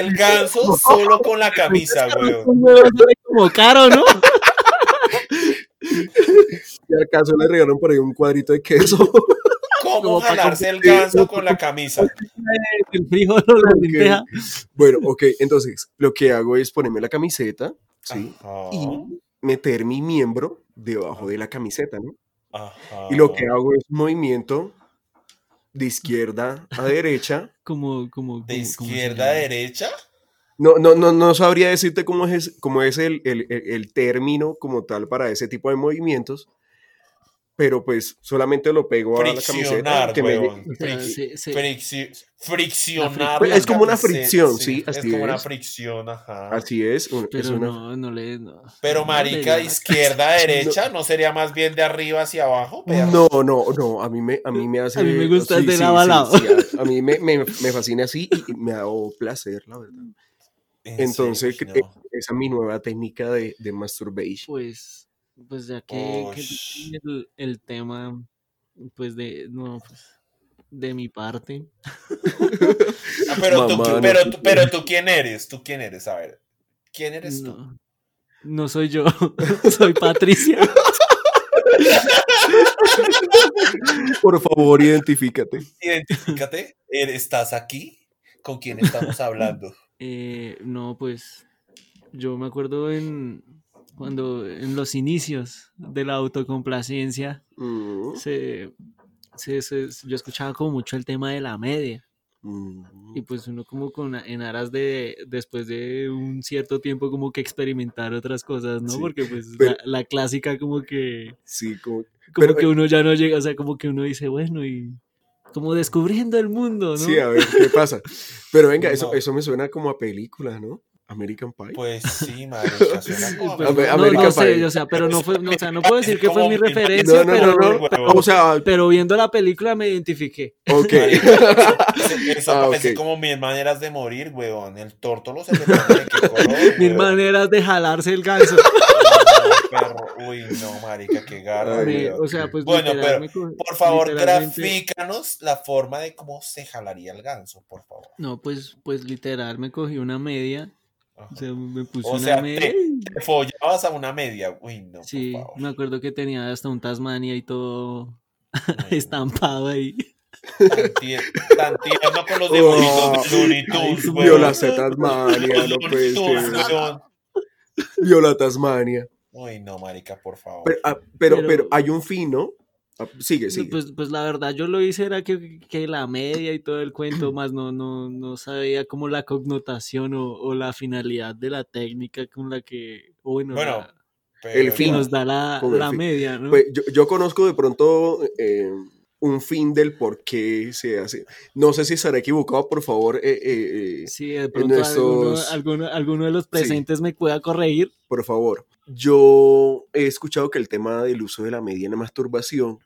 Speaker 2: (laughs)
Speaker 4: el ganso solo con la camisa, weón?
Speaker 3: Como caro, ¿no? (laughs)
Speaker 2: ¿Y acaso le regalaron por ahí un cuadrito de queso? (laughs)
Speaker 4: ¿Cómo
Speaker 3: Como para
Speaker 4: jalarse el ganso con la camisa?
Speaker 3: El frijol o la
Speaker 2: Ok.
Speaker 3: lenteja.
Speaker 2: bueno, ok, entonces lo que hago es ponerme la camiseta, ¿sí?
Speaker 3: Ah.
Speaker 4: Ajá,
Speaker 2: Y meter mi miembro debajo de la camiseta, ¿no?
Speaker 4: ajá.
Speaker 2: Y lo
Speaker 3: Ah.
Speaker 2: que hago es movimiento de izquierda a derecha.
Speaker 3: Como, como,
Speaker 4: ¿De
Speaker 3: como- como se
Speaker 4: izquierda a
Speaker 3: llama.
Speaker 4: derecha?
Speaker 2: No, no, no, no sabría decirte cómo es, cómo es el, el- el- el término como tal para ese tipo de movimientos, pero pues solamente lo pego a la camiseta.
Speaker 4: Friccionar,
Speaker 2: que me-
Speaker 4: weón.
Speaker 3: O sea, se- se-
Speaker 4: Fricci- friccionar.
Speaker 2: Pues
Speaker 4: la
Speaker 2: es como una
Speaker 4: camiseta,
Speaker 2: fricción, sí,
Speaker 4: Es
Speaker 2: así
Speaker 4: como una
Speaker 2: es.
Speaker 4: fricción, ajá.
Speaker 2: Así es, un- es
Speaker 3: pero
Speaker 2: una-
Speaker 3: no, no le. no.
Speaker 4: Pero
Speaker 3: No
Speaker 4: marica,
Speaker 3: le-
Speaker 4: de izquierda a derecha, ¿no sería más bien de arriba hacia abajo? perro?
Speaker 2: No, no, no, a mí me, a mí me hace...
Speaker 3: A mí me gusta
Speaker 2: sí,
Speaker 3: el de
Speaker 2: sí,
Speaker 3: lado a
Speaker 2: sí,
Speaker 3: lado.
Speaker 2: sí, a, a mí me, me- me fascina así y me da placer, la verdad.
Speaker 4: En
Speaker 2: Entonces,
Speaker 4: serio,
Speaker 2: cre-
Speaker 4: no.
Speaker 2: esa es mi nueva técnica de, de
Speaker 3: (laughs)
Speaker 2: masturbation.
Speaker 3: Pues, pues ya que, que
Speaker 4: Ush.
Speaker 3: el, el tema, pues de, no, pues, de mi parte.
Speaker 4: Ah, pero, tú,
Speaker 2: Mamá, no.
Speaker 4: pero, tú- pero tú quién eres, tú quién eres, a ver. ¿Quién eres tú?
Speaker 3: No, no soy yo, (laughs) soy
Speaker 4: (laughs)
Speaker 3: Patricia.
Speaker 2: Por favor, identifícate.
Speaker 4: Identifícate.
Speaker 2: (laughs)
Speaker 4: ¿Eres- ¿Estás aquí? ¿Con quién estamos hablando?
Speaker 3: Eh, no, pues yo me acuerdo en cuando en los inicios de la autocomplacencia
Speaker 2: Mm,
Speaker 3: se, se- se- yo escuchaba como mucho el tema de la media
Speaker 2: mm.
Speaker 3: y pues uno como con a- en aras de después de un cierto tiempo como que experimentar otras cosas, ¿no?
Speaker 2: Sí,
Speaker 3: Porque pues
Speaker 2: pero-
Speaker 3: la, la clásica como que
Speaker 2: Sí, como...
Speaker 3: como
Speaker 2: Pero,
Speaker 3: que
Speaker 2: eh,
Speaker 3: uno ya no llega, o sea, como que uno dice, bueno, y como descubriendo el mundo, ¿no?
Speaker 2: Sí, a ver, ¿qué pasa? Pero venga, eso,
Speaker 4: No.
Speaker 2: eso me suena como a película, ¿no? American Pie.
Speaker 4: Pues sí, marica.
Speaker 2: (laughs)
Speaker 4: suena como
Speaker 3: Pues,
Speaker 2: A ver,
Speaker 3: no,
Speaker 2: a
Speaker 3: no,
Speaker 2: ver,
Speaker 3: no
Speaker 2: capaz.
Speaker 3: sé, o sea, pero no fue, no, o
Speaker 2: (laughs)
Speaker 3: sea, no puedo decir que fue mi
Speaker 4: Como-
Speaker 2: no,
Speaker 3: referencia,
Speaker 2: no,
Speaker 3: pero,
Speaker 2: no, no.
Speaker 4: pero-
Speaker 2: O sea,
Speaker 3: pero viendo la película me identifiqué.
Speaker 2: ok. (laughs)
Speaker 4: Eso
Speaker 2: Ah,
Speaker 4: parece
Speaker 2: ok.
Speaker 4: como mil maneras de morir, weón. El tórtolo se le pone de
Speaker 2: (laughs)
Speaker 4: qué color.
Speaker 3: Mil
Speaker 4: weón.
Speaker 3: maneras de jalarse el ganso.
Speaker 4: Uy, no, perro. Uy, no, marica, qué garra,
Speaker 2: Ay,
Speaker 3: Me-
Speaker 4: weón.
Speaker 3: o sea, pues
Speaker 4: Bueno,
Speaker 3: literal,
Speaker 4: pero,
Speaker 3: me co-
Speaker 4: Por favor,
Speaker 3: literalmente-
Speaker 4: grafícanos la forma de cómo se jalaría el ganso, por favor.
Speaker 3: No, pues, pues literal me cogí una media.
Speaker 4: Ajá.
Speaker 3: O sea, me puse
Speaker 4: O
Speaker 3: una
Speaker 4: sea,
Speaker 3: media.
Speaker 4: te- Te follabas a una media. Uy, no,
Speaker 3: Sí,
Speaker 2: (laughs)
Speaker 4: por favor.
Speaker 3: me acuerdo que tenía hasta un Tasmania y todo
Speaker 4: No,
Speaker 3: (laughs) estampado ahí.
Speaker 4: Tan, tier- tan tierno con los dibujitos de Looney Tunes,
Speaker 3: Ay,
Speaker 4: weón.
Speaker 2: Vio la Z pues,
Speaker 4: Los
Speaker 2: Tasmania, no
Speaker 4: Looney
Speaker 2: puede
Speaker 4: Tunes,
Speaker 2: (laughs) ser.
Speaker 4: weón.
Speaker 2: Vio la Tasmania.
Speaker 4: Uy, no, marica, por favor.
Speaker 2: Pero, ah, pero,
Speaker 3: Pero-
Speaker 2: pero hay un fin, ¿no? Ah, Sigue, sigue.
Speaker 3: Pues, pues la verdad yo lo hice era que, que la media y todo el
Speaker 4: (clears throat)
Speaker 3: cuento, más no, no, no sabía como la connotación o, o la finalidad de la técnica con la que, o bueno,
Speaker 4: Bueno,
Speaker 3: la-
Speaker 4: Pero
Speaker 2: el
Speaker 4: ya.
Speaker 3: que
Speaker 2: fin.
Speaker 3: nos da la,
Speaker 2: con el
Speaker 3: la
Speaker 2: fin.
Speaker 3: media, ¿no?
Speaker 2: Pues, yo, yo conozco de pronto eh, un fin del por qué se hace. No sé si estaré equivocado, por favor, eh, eh, eh,
Speaker 3: sí, de pronto
Speaker 2: nuestros-
Speaker 3: alguno, alguno, alguno de los presentes me pueda corregir.
Speaker 2: por favor. Yo he escuchado que el tema del uso de la media en la masturbación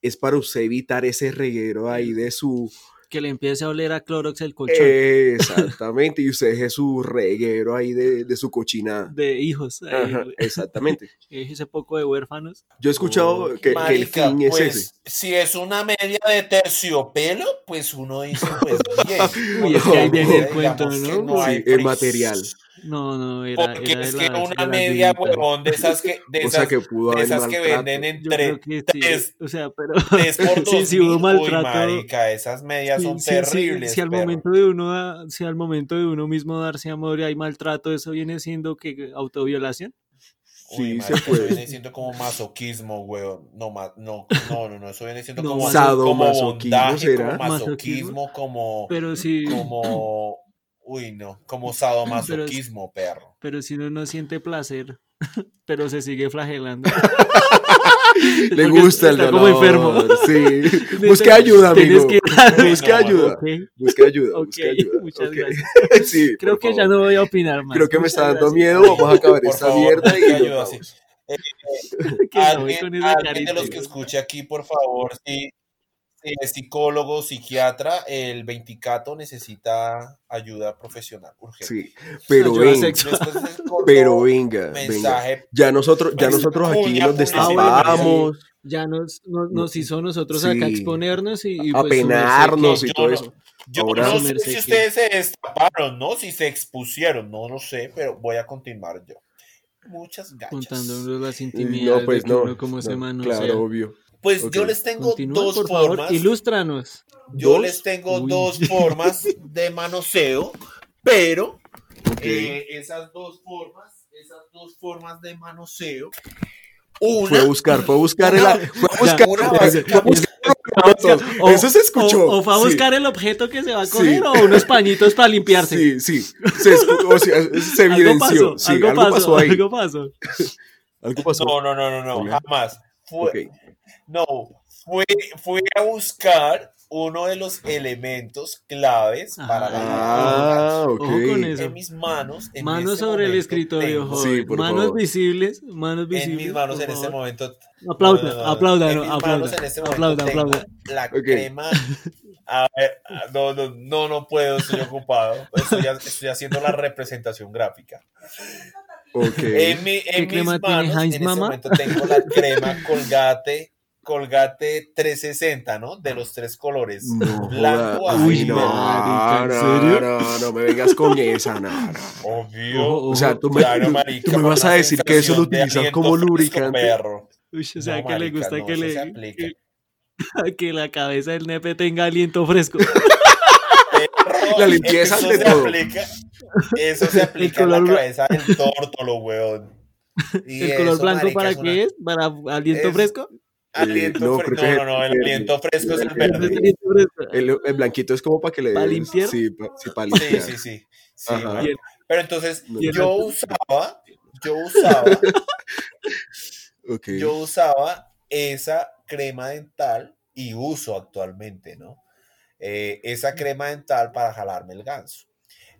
Speaker 2: es para usted evitar ese reguero ahí de su... Eh,
Speaker 3: Que le empiece a oler a Clorox el colchón
Speaker 4: Eh, (laughs)
Speaker 2: Exactamente, y usted deje su reguero ahí de, de su cochinada.
Speaker 3: de hijos. eh,
Speaker 2: Ajá, exactamente.
Speaker 3: eh, ese poco de huérfanos.
Speaker 2: Yo he escuchado
Speaker 4: Uy,
Speaker 2: que, que el
Speaker 4: marica,
Speaker 2: fin es
Speaker 4: pues,
Speaker 2: ese.
Speaker 4: Si es una media de terciopelo, pues uno dice,
Speaker 2: (laughs)
Speaker 4: pues bien.
Speaker 3: Uy, es
Speaker 4: porque
Speaker 3: que ahí viene el
Speaker 4: digamos
Speaker 3: cuento,
Speaker 4: que
Speaker 3: ¿no?
Speaker 2: Sí,
Speaker 4: hay
Speaker 2: el
Speaker 4: fric-
Speaker 2: material.
Speaker 3: No, no, era,
Speaker 4: Porque
Speaker 3: era de
Speaker 4: es que
Speaker 3: las- de
Speaker 4: una
Speaker 3: las
Speaker 4: media,
Speaker 3: duritas.
Speaker 4: huevón, de esas que, de
Speaker 2: o sea
Speaker 4: esas,
Speaker 2: que pudo
Speaker 4: de
Speaker 2: haber
Speaker 4: esas que
Speaker 2: maltrato.
Speaker 4: venden
Speaker 3: Yo
Speaker 4: entre
Speaker 3: creo que sí. eh,
Speaker 4: tres-
Speaker 3: O sea, pero... (laughs)
Speaker 4: 3 por 2
Speaker 3: Sí, sí, hubo maltrato.
Speaker 4: Uy, marica, esas medias
Speaker 3: Sí,
Speaker 4: son
Speaker 3: sí, sí,
Speaker 4: terribles.
Speaker 3: Si al
Speaker 4: perro.
Speaker 3: momento de uno, da- si al momento de uno mismo darse amor y hay maltrato, eso viene siendo que autoviolación.
Speaker 4: Uy,
Speaker 2: Sí, se
Speaker 4: marica, eso
Speaker 2: puede.
Speaker 4: viene siendo como masoquismo, weón. No, ma- no, no, no, no, eso viene siendo
Speaker 3: No,
Speaker 4: como, como
Speaker 2: sadomasoquismo,
Speaker 4: bondaje, como
Speaker 2: ¿será?
Speaker 4: masoquismo, como,
Speaker 3: Pero si,
Speaker 4: como, uy, no, como sadomasoquismo, perro.
Speaker 3: pero si uno no siente placer, (laughs) pero se sigue
Speaker 2: (laughs)
Speaker 3: flagelando. (laughs)
Speaker 2: Le gusta el dolor.
Speaker 3: está como enfermo. (laughs)
Speaker 2: Sí. Busca ayuda,
Speaker 3: Tienes
Speaker 2: amigo. (laughs)
Speaker 3: que
Speaker 2: Busca
Speaker 4: Bueno,
Speaker 2: ayuda.
Speaker 3: Ok,
Speaker 2: Busca ayuda.
Speaker 3: ok, (laughs)
Speaker 2: busca ayuda.
Speaker 3: muchas
Speaker 2: Ok. (laughs)
Speaker 3: gracias.
Speaker 2: Sí,
Speaker 3: Creo
Speaker 2: por
Speaker 3: que ya
Speaker 2: favor.
Speaker 3: no voy a opinar más.
Speaker 2: Creo que me
Speaker 3: Muchas
Speaker 2: está dando
Speaker 3: gracias.
Speaker 2: miedo. Vamos a acabar
Speaker 4: Por
Speaker 2: esta
Speaker 4: favor,
Speaker 2: mierda y
Speaker 4: busca
Speaker 2: nos
Speaker 4: ayuda,
Speaker 2: vamos.
Speaker 4: sí.
Speaker 3: Que me voy
Speaker 4: Alguien,
Speaker 3: con esa
Speaker 4: alguien
Speaker 3: carita,
Speaker 4: de los que
Speaker 3: güey.
Speaker 4: escuche aquí, por favor, si, eh, psicólogo, psiquiatra, el 24 necesita ayuda profesional, urgente.
Speaker 2: Sí, pero
Speaker 3: Ayuda
Speaker 2: venga,
Speaker 3: sexual.
Speaker 4: Después del corto
Speaker 2: pero venga, venga.
Speaker 4: mensaje,
Speaker 2: Ya nosotros, ya nosotros aquí
Speaker 4: Puña,
Speaker 2: nos
Speaker 4: puña,
Speaker 2: destapamos
Speaker 3: Ya nos, nos, nos hizo a nosotros
Speaker 2: Sí.
Speaker 3: acá exponernos y, pues, y
Speaker 2: A penarnos
Speaker 3: su merced
Speaker 2: y
Speaker 3: que-
Speaker 2: todo
Speaker 4: no-
Speaker 2: eso.
Speaker 4: Yo
Speaker 2: Ahora-
Speaker 4: no
Speaker 3: Su
Speaker 4: sé
Speaker 3: merced
Speaker 4: si
Speaker 3: que-
Speaker 4: ustedes se destaparon, ¿no? Si se expusieron, no lo sé, pero voy a continuar yo. Muchas gachas.
Speaker 3: Contándonos las intimidades
Speaker 2: No, pues
Speaker 3: de que
Speaker 2: no,
Speaker 3: uno cómo se
Speaker 2: no,
Speaker 3: manosea.
Speaker 2: claro, obvio.
Speaker 4: Pues
Speaker 2: Ok.
Speaker 4: yo les tengo
Speaker 3: Continúa,
Speaker 4: dos
Speaker 3: por favor,
Speaker 4: formas.
Speaker 3: ilústranos.
Speaker 4: yo
Speaker 2: ¿Dos?
Speaker 4: les tengo
Speaker 3: Uy. (laughs)
Speaker 4: dos formas de manoseo, pero
Speaker 2: Ok.
Speaker 4: eh, esas dos formas, esas dos formas de manoseo, una
Speaker 2: Fue a buscar, fue a buscar el, fue a buscar,
Speaker 4: una
Speaker 2: fue a buscar-
Speaker 4: vaca-
Speaker 2: fue
Speaker 3: (laughs)
Speaker 2: a buscar-
Speaker 3: O-
Speaker 2: eso se escuchó.
Speaker 3: O, o fue a
Speaker 2: sí.
Speaker 3: buscar el objeto que se va a coger
Speaker 2: Sí.
Speaker 3: o unos pañitos para limpiarse.
Speaker 2: Sí, sí. Se, escu- o
Speaker 3: (laughs)
Speaker 2: sea, se
Speaker 3: Algo
Speaker 2: evidenció.
Speaker 3: pasó,
Speaker 2: sí,
Speaker 3: algo, pasó,
Speaker 2: ahí.
Speaker 3: algo pasó.
Speaker 2: Algo pasó.
Speaker 4: No, no, no, no, no,
Speaker 2: Hola.
Speaker 4: jamás. Fue,
Speaker 2: Ok.
Speaker 4: No, fue, fue a buscar uno de los elementos claves para la
Speaker 2: Ah, ok.
Speaker 3: Ojo con eso.
Speaker 4: En mis manos. en
Speaker 3: Manos
Speaker 4: este
Speaker 3: sobre el
Speaker 4: momento
Speaker 3: escritorio,
Speaker 4: tengo-
Speaker 2: Sí,
Speaker 3: joven.
Speaker 2: por
Speaker 3: manos
Speaker 2: favor.
Speaker 3: visibles, manos
Speaker 4: En
Speaker 3: visibles.
Speaker 4: mis manos
Speaker 3: por
Speaker 4: en este
Speaker 3: favor.
Speaker 4: momento.
Speaker 3: Aplauda,
Speaker 4: no, no, no,
Speaker 3: aplauda,
Speaker 4: en
Speaker 3: no,
Speaker 4: mis
Speaker 3: aplauda,
Speaker 4: Ah, manos en este momento
Speaker 3: aplauda,
Speaker 4: tengo
Speaker 3: aplauda.
Speaker 4: La
Speaker 2: Ok.
Speaker 4: crema. A ver, ah, no, no, no, no puedo, estoy
Speaker 3: (laughs)
Speaker 4: ocupado. Estoy, ha- estoy haciendo la representación gráfica. (laughs)
Speaker 2: Ok.
Speaker 4: En, mi, en mis
Speaker 3: crema tiene
Speaker 4: manos,
Speaker 3: Heinz,
Speaker 4: en este
Speaker 3: mamá?
Speaker 4: momento tengo la
Speaker 3: (laughs)
Speaker 4: crema Colgate, Colgate 360, ¿no? De los tres colores.
Speaker 2: No,
Speaker 4: Blanco,
Speaker 2: joda.
Speaker 4: azul
Speaker 3: Uy,
Speaker 4: y
Speaker 2: Ay, no,
Speaker 4: verde.
Speaker 3: marica, ¿en
Speaker 2: no,
Speaker 3: serio?
Speaker 2: no, no me vengas con esa, no, no.
Speaker 4: Obvio.
Speaker 3: Ojo,
Speaker 2: O sea, tú me,
Speaker 4: Claro,
Speaker 2: tú-
Speaker 4: marica,
Speaker 2: tú me
Speaker 4: por
Speaker 2: vas
Speaker 4: la
Speaker 2: a decir que eso lo
Speaker 4: sensación de
Speaker 2: utilizan
Speaker 4: aliento
Speaker 2: como
Speaker 4: fresco,
Speaker 2: lubricante.
Speaker 4: perro.
Speaker 3: Uy, o sea,
Speaker 4: No,
Speaker 3: que le
Speaker 4: marica,
Speaker 3: gusta
Speaker 4: no,
Speaker 3: que (laughs)
Speaker 4: eso se
Speaker 3: le
Speaker 4: aplica.
Speaker 3: que- que la cabeza del nepe tenga aliento fresco.
Speaker 4: Perro,
Speaker 2: La limpieza
Speaker 4: eso
Speaker 2: ante
Speaker 4: se
Speaker 2: todo.
Speaker 4: aplica- eso se aplica en la
Speaker 3: color blan-
Speaker 4: cabeza del tórtolo,
Speaker 3: (laughs)
Speaker 4: weón. Y
Speaker 3: ¿El color
Speaker 4: eso,
Speaker 3: blanco
Speaker 4: marica,
Speaker 3: para
Speaker 4: es una-
Speaker 3: qué es? ¿Para aliento
Speaker 4: Es- (laughs)
Speaker 3: fresco?
Speaker 4: Aliento
Speaker 2: Eh, no,
Speaker 4: fre-
Speaker 2: creo
Speaker 4: no,
Speaker 2: que es
Speaker 4: no, no, el
Speaker 2: el-
Speaker 4: aliento fresco es el
Speaker 2: el-
Speaker 4: verde.
Speaker 3: Aliento fresco.
Speaker 2: El, el blanquito es como para que le
Speaker 3: ¿Pa
Speaker 2: des-
Speaker 3: limpiar?
Speaker 2: Sí, pa- sí, para
Speaker 4: Sí,
Speaker 2: limpiar.
Speaker 4: sí, sí. sí,
Speaker 2: Ajá.
Speaker 4: marica. Pero entonces,
Speaker 2: No.
Speaker 3: Y el
Speaker 4: yo
Speaker 3: otro-
Speaker 4: usaba, yo usaba,
Speaker 2: Ok.
Speaker 4: yo usaba esa crema dental y uso actualmente, ¿no? Eh,
Speaker 3: Mm.
Speaker 4: esa crema dental para jalarme el ganso.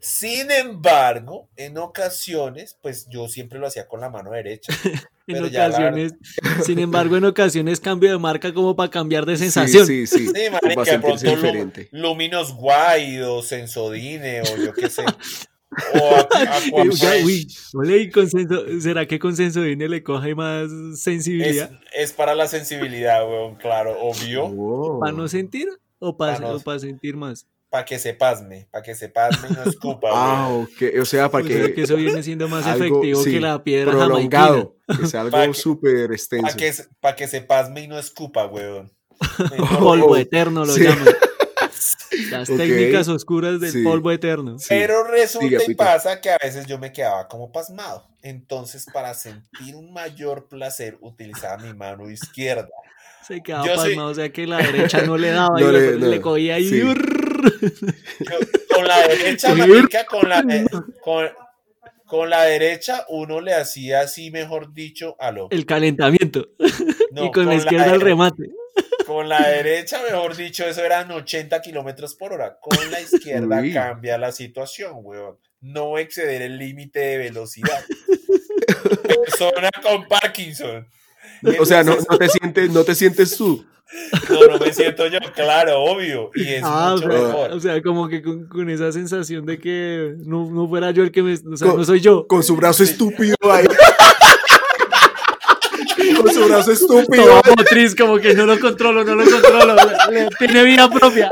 Speaker 4: Sin embargo, en ocasiones, pues yo siempre lo hacía con la
Speaker 3: (laughs)
Speaker 4: mano derecha.
Speaker 3: En
Speaker 4: pero ya la
Speaker 3: ocasiones, sin embargo, en ocasiones cambio de marca como para cambiar de
Speaker 2: Sí,
Speaker 3: sensación.
Speaker 2: Sí, sí,
Speaker 4: Sí,
Speaker 2: Como
Speaker 4: marica,
Speaker 2: a
Speaker 4: de
Speaker 2: sentirse
Speaker 4: pronto lu-
Speaker 2: diferente.
Speaker 4: Luminos Guaido, Sensodine o yo
Speaker 3: (laughs)
Speaker 4: qué sé. O a-
Speaker 3: Eh, ya,
Speaker 4: Aquafresh.
Speaker 3: uy, ole, y consenso, ¿será que consenso viene le coge más
Speaker 4: es,
Speaker 3: sensibilidad
Speaker 4: es para la sensibilidad, weón, claro, obvio.
Speaker 2: Oh.
Speaker 3: para no sentir o
Speaker 4: Pa'
Speaker 3: para
Speaker 4: no-
Speaker 3: sentir más?
Speaker 4: Para que se pasme, para que se pasme y no escupa,
Speaker 3: (laughs)
Speaker 2: Ah,
Speaker 4: weón.
Speaker 2: ok. O sea,
Speaker 4: Pues
Speaker 2: para
Speaker 3: O sea,
Speaker 2: que,
Speaker 3: Pues que eso viene siendo más
Speaker 2: algo,
Speaker 3: efectivo
Speaker 2: sí,
Speaker 3: que la piedra jamaiquina.
Speaker 2: prolongado. Que
Speaker 4: (laughs)
Speaker 2: sea
Speaker 4: Pa'
Speaker 2: algo
Speaker 4: que-
Speaker 2: súper
Speaker 4: Para
Speaker 2: extenso.
Speaker 4: que, se- pa' que se pasme y no escupa,
Speaker 3: (laughs)
Speaker 4: weón.
Speaker 3: Polvo
Speaker 2: Oh,
Speaker 3: eterno lo
Speaker 2: sí. (laughs)
Speaker 3: llaman. Las
Speaker 2: Ok.
Speaker 3: técnicas oscuras del
Speaker 2: Sí.
Speaker 3: polvo eterno.
Speaker 2: Sí.
Speaker 4: Pero resulta
Speaker 2: Diga,
Speaker 4: y
Speaker 2: Pito.
Speaker 4: pasa que a veces yo me quedaba como pasmado. Entonces, para sentir un mayor placer, utilizaba mi mano izquierda.
Speaker 3: Se quedaba
Speaker 4: Yo soy-
Speaker 3: pasmado, o sea que la derecha no le daba
Speaker 2: (laughs)
Speaker 3: y
Speaker 2: No
Speaker 3: la-
Speaker 2: le-
Speaker 3: le,
Speaker 2: no,
Speaker 3: cogía y...
Speaker 2: sí.
Speaker 4: Yo- con la
Speaker 3: (laughs)
Speaker 4: derecha, marica, con la, eh, con, con la derecha uno le hacía así, mejor dicho, a lo.
Speaker 3: El calentamiento.
Speaker 4: No,
Speaker 3: y con, la izquierda el
Speaker 4: dere-
Speaker 3: remate.
Speaker 4: Con la derecha, mejor dicho, eso eran 80 kilómetros por hora. Con la izquierda
Speaker 2: Uy.
Speaker 4: cambia la situación, weón. No exceder el límite de velocidad. Persona con Parkinson.
Speaker 2: O sea, no,
Speaker 4: Entonces,
Speaker 2: no te sientes, no te sientes tú.
Speaker 4: no, no me siento yo, claro, obvio. Y es
Speaker 3: Ah, o
Speaker 4: mucho
Speaker 3: sea,
Speaker 4: mejor.
Speaker 3: o sea, como que con, con esa sensación de que no, no fuera yo el que me... O sea,
Speaker 2: Con-
Speaker 3: no soy yo.
Speaker 2: Con su brazo estúpido ahí. (laughs) Con su brazo
Speaker 4: (laughs)
Speaker 2: estúpido.
Speaker 3: Todo motriz, como que no lo controlo, no lo controlo. Le- le- tiene vida propia.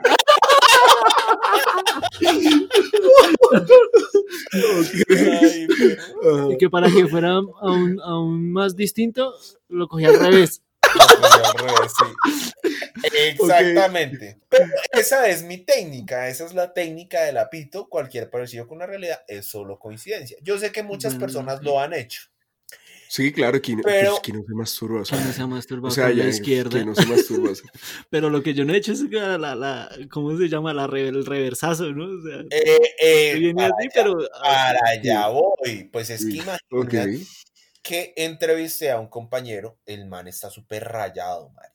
Speaker 4: Ay, pero-
Speaker 3: Y que para que fuera aún, aún más distinto, lo cogí al revés.
Speaker 4: Pues, al revés, sí. Exactamente. Pero esa es mi técnica, esa es la técnica del apito. Cualquier parecido con la realidad es solo coincidencia. Yo sé que muchas
Speaker 3: Bueno,
Speaker 4: personas
Speaker 3: sí.
Speaker 4: lo han hecho.
Speaker 2: Sí, claro, que no,
Speaker 4: Pero-
Speaker 2: pues, que no se masturba. O sea,
Speaker 3: Que no se ha masturbado
Speaker 2: o sea,
Speaker 3: con
Speaker 2: ya,
Speaker 3: la izquierda.
Speaker 2: que no se masturba. o
Speaker 4: (laughs)
Speaker 2: sea.
Speaker 3: Pero lo que yo no he hecho es la, la, la- ¿cómo se llama? La re- el reversazo, ¿no? O sea,
Speaker 4: Eh, eh,
Speaker 3: viene
Speaker 4: para,
Speaker 3: así,
Speaker 4: allá,
Speaker 3: pero...
Speaker 4: para allá voy. Pues es que
Speaker 2: Sí.
Speaker 4: imagínate
Speaker 2: Ok.
Speaker 4: que entrevisté a un compañero, el man está súper rayado, marica.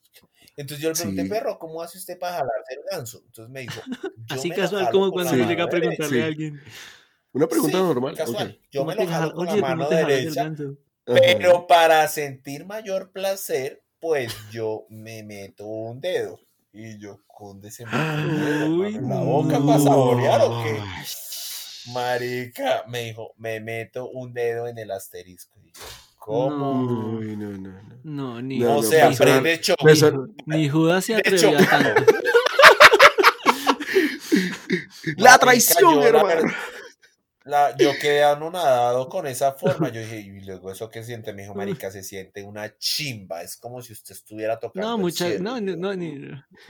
Speaker 4: Entonces yo le pregunté,
Speaker 2: Sí.
Speaker 4: perro, ¿cómo hace usted para jalarse el ganso? Entonces
Speaker 3: (laughs)
Speaker 4: me dijo, yo
Speaker 3: Así
Speaker 4: me lo
Speaker 3: casual
Speaker 4: jalo
Speaker 3: como
Speaker 4: con
Speaker 3: cuando
Speaker 4: la
Speaker 2: Sí.
Speaker 3: uno
Speaker 4: mano
Speaker 3: llega a preguntarle
Speaker 2: Sí.
Speaker 3: a alguien.
Speaker 2: Una pregunta
Speaker 4: Sí,
Speaker 2: normal. ok.
Speaker 4: Casual. Yo
Speaker 3: ¿cómo
Speaker 4: me
Speaker 3: te
Speaker 4: lo jalo
Speaker 3: jala-
Speaker 4: con la
Speaker 3: Oye, ¿cómo
Speaker 4: mano
Speaker 3: te jalas el
Speaker 4: derecha,
Speaker 3: ganso?
Speaker 2: Ajá.
Speaker 4: pero para sentir mayor placer, pues yo me meto un dedo. Y yo, conde se me
Speaker 2: Ah,
Speaker 3: Uy,
Speaker 4: la boca para
Speaker 3: no.
Speaker 4: saborear o qué. Marica, me dijo, me meto un dedo en el asterisco. Y yo, ¿cómo?
Speaker 3: No.
Speaker 2: Uy, no, no, no. Pues,
Speaker 3: No, ni,
Speaker 2: No,
Speaker 4: o sea,
Speaker 2: personal-
Speaker 4: prende show.
Speaker 3: ni,
Speaker 2: Eso-
Speaker 3: Ju- ni
Speaker 2: (laughs)
Speaker 3: Judas se
Speaker 4: De hecho,
Speaker 3: atrevía tanto.
Speaker 2: La
Speaker 4: Marica,
Speaker 2: traición,
Speaker 4: yo la
Speaker 2: hermano.
Speaker 4: verdad- la- yo quedé anonadado con esa forma. Yo dije, y luego eso que siente, me dijo,
Speaker 2: (laughs)
Speaker 4: marica, se siente una chimba. Es como si usted estuviera tocando.
Speaker 3: No,
Speaker 4: el
Speaker 3: muchas,
Speaker 4: cielo".
Speaker 3: no, ni- no, ni-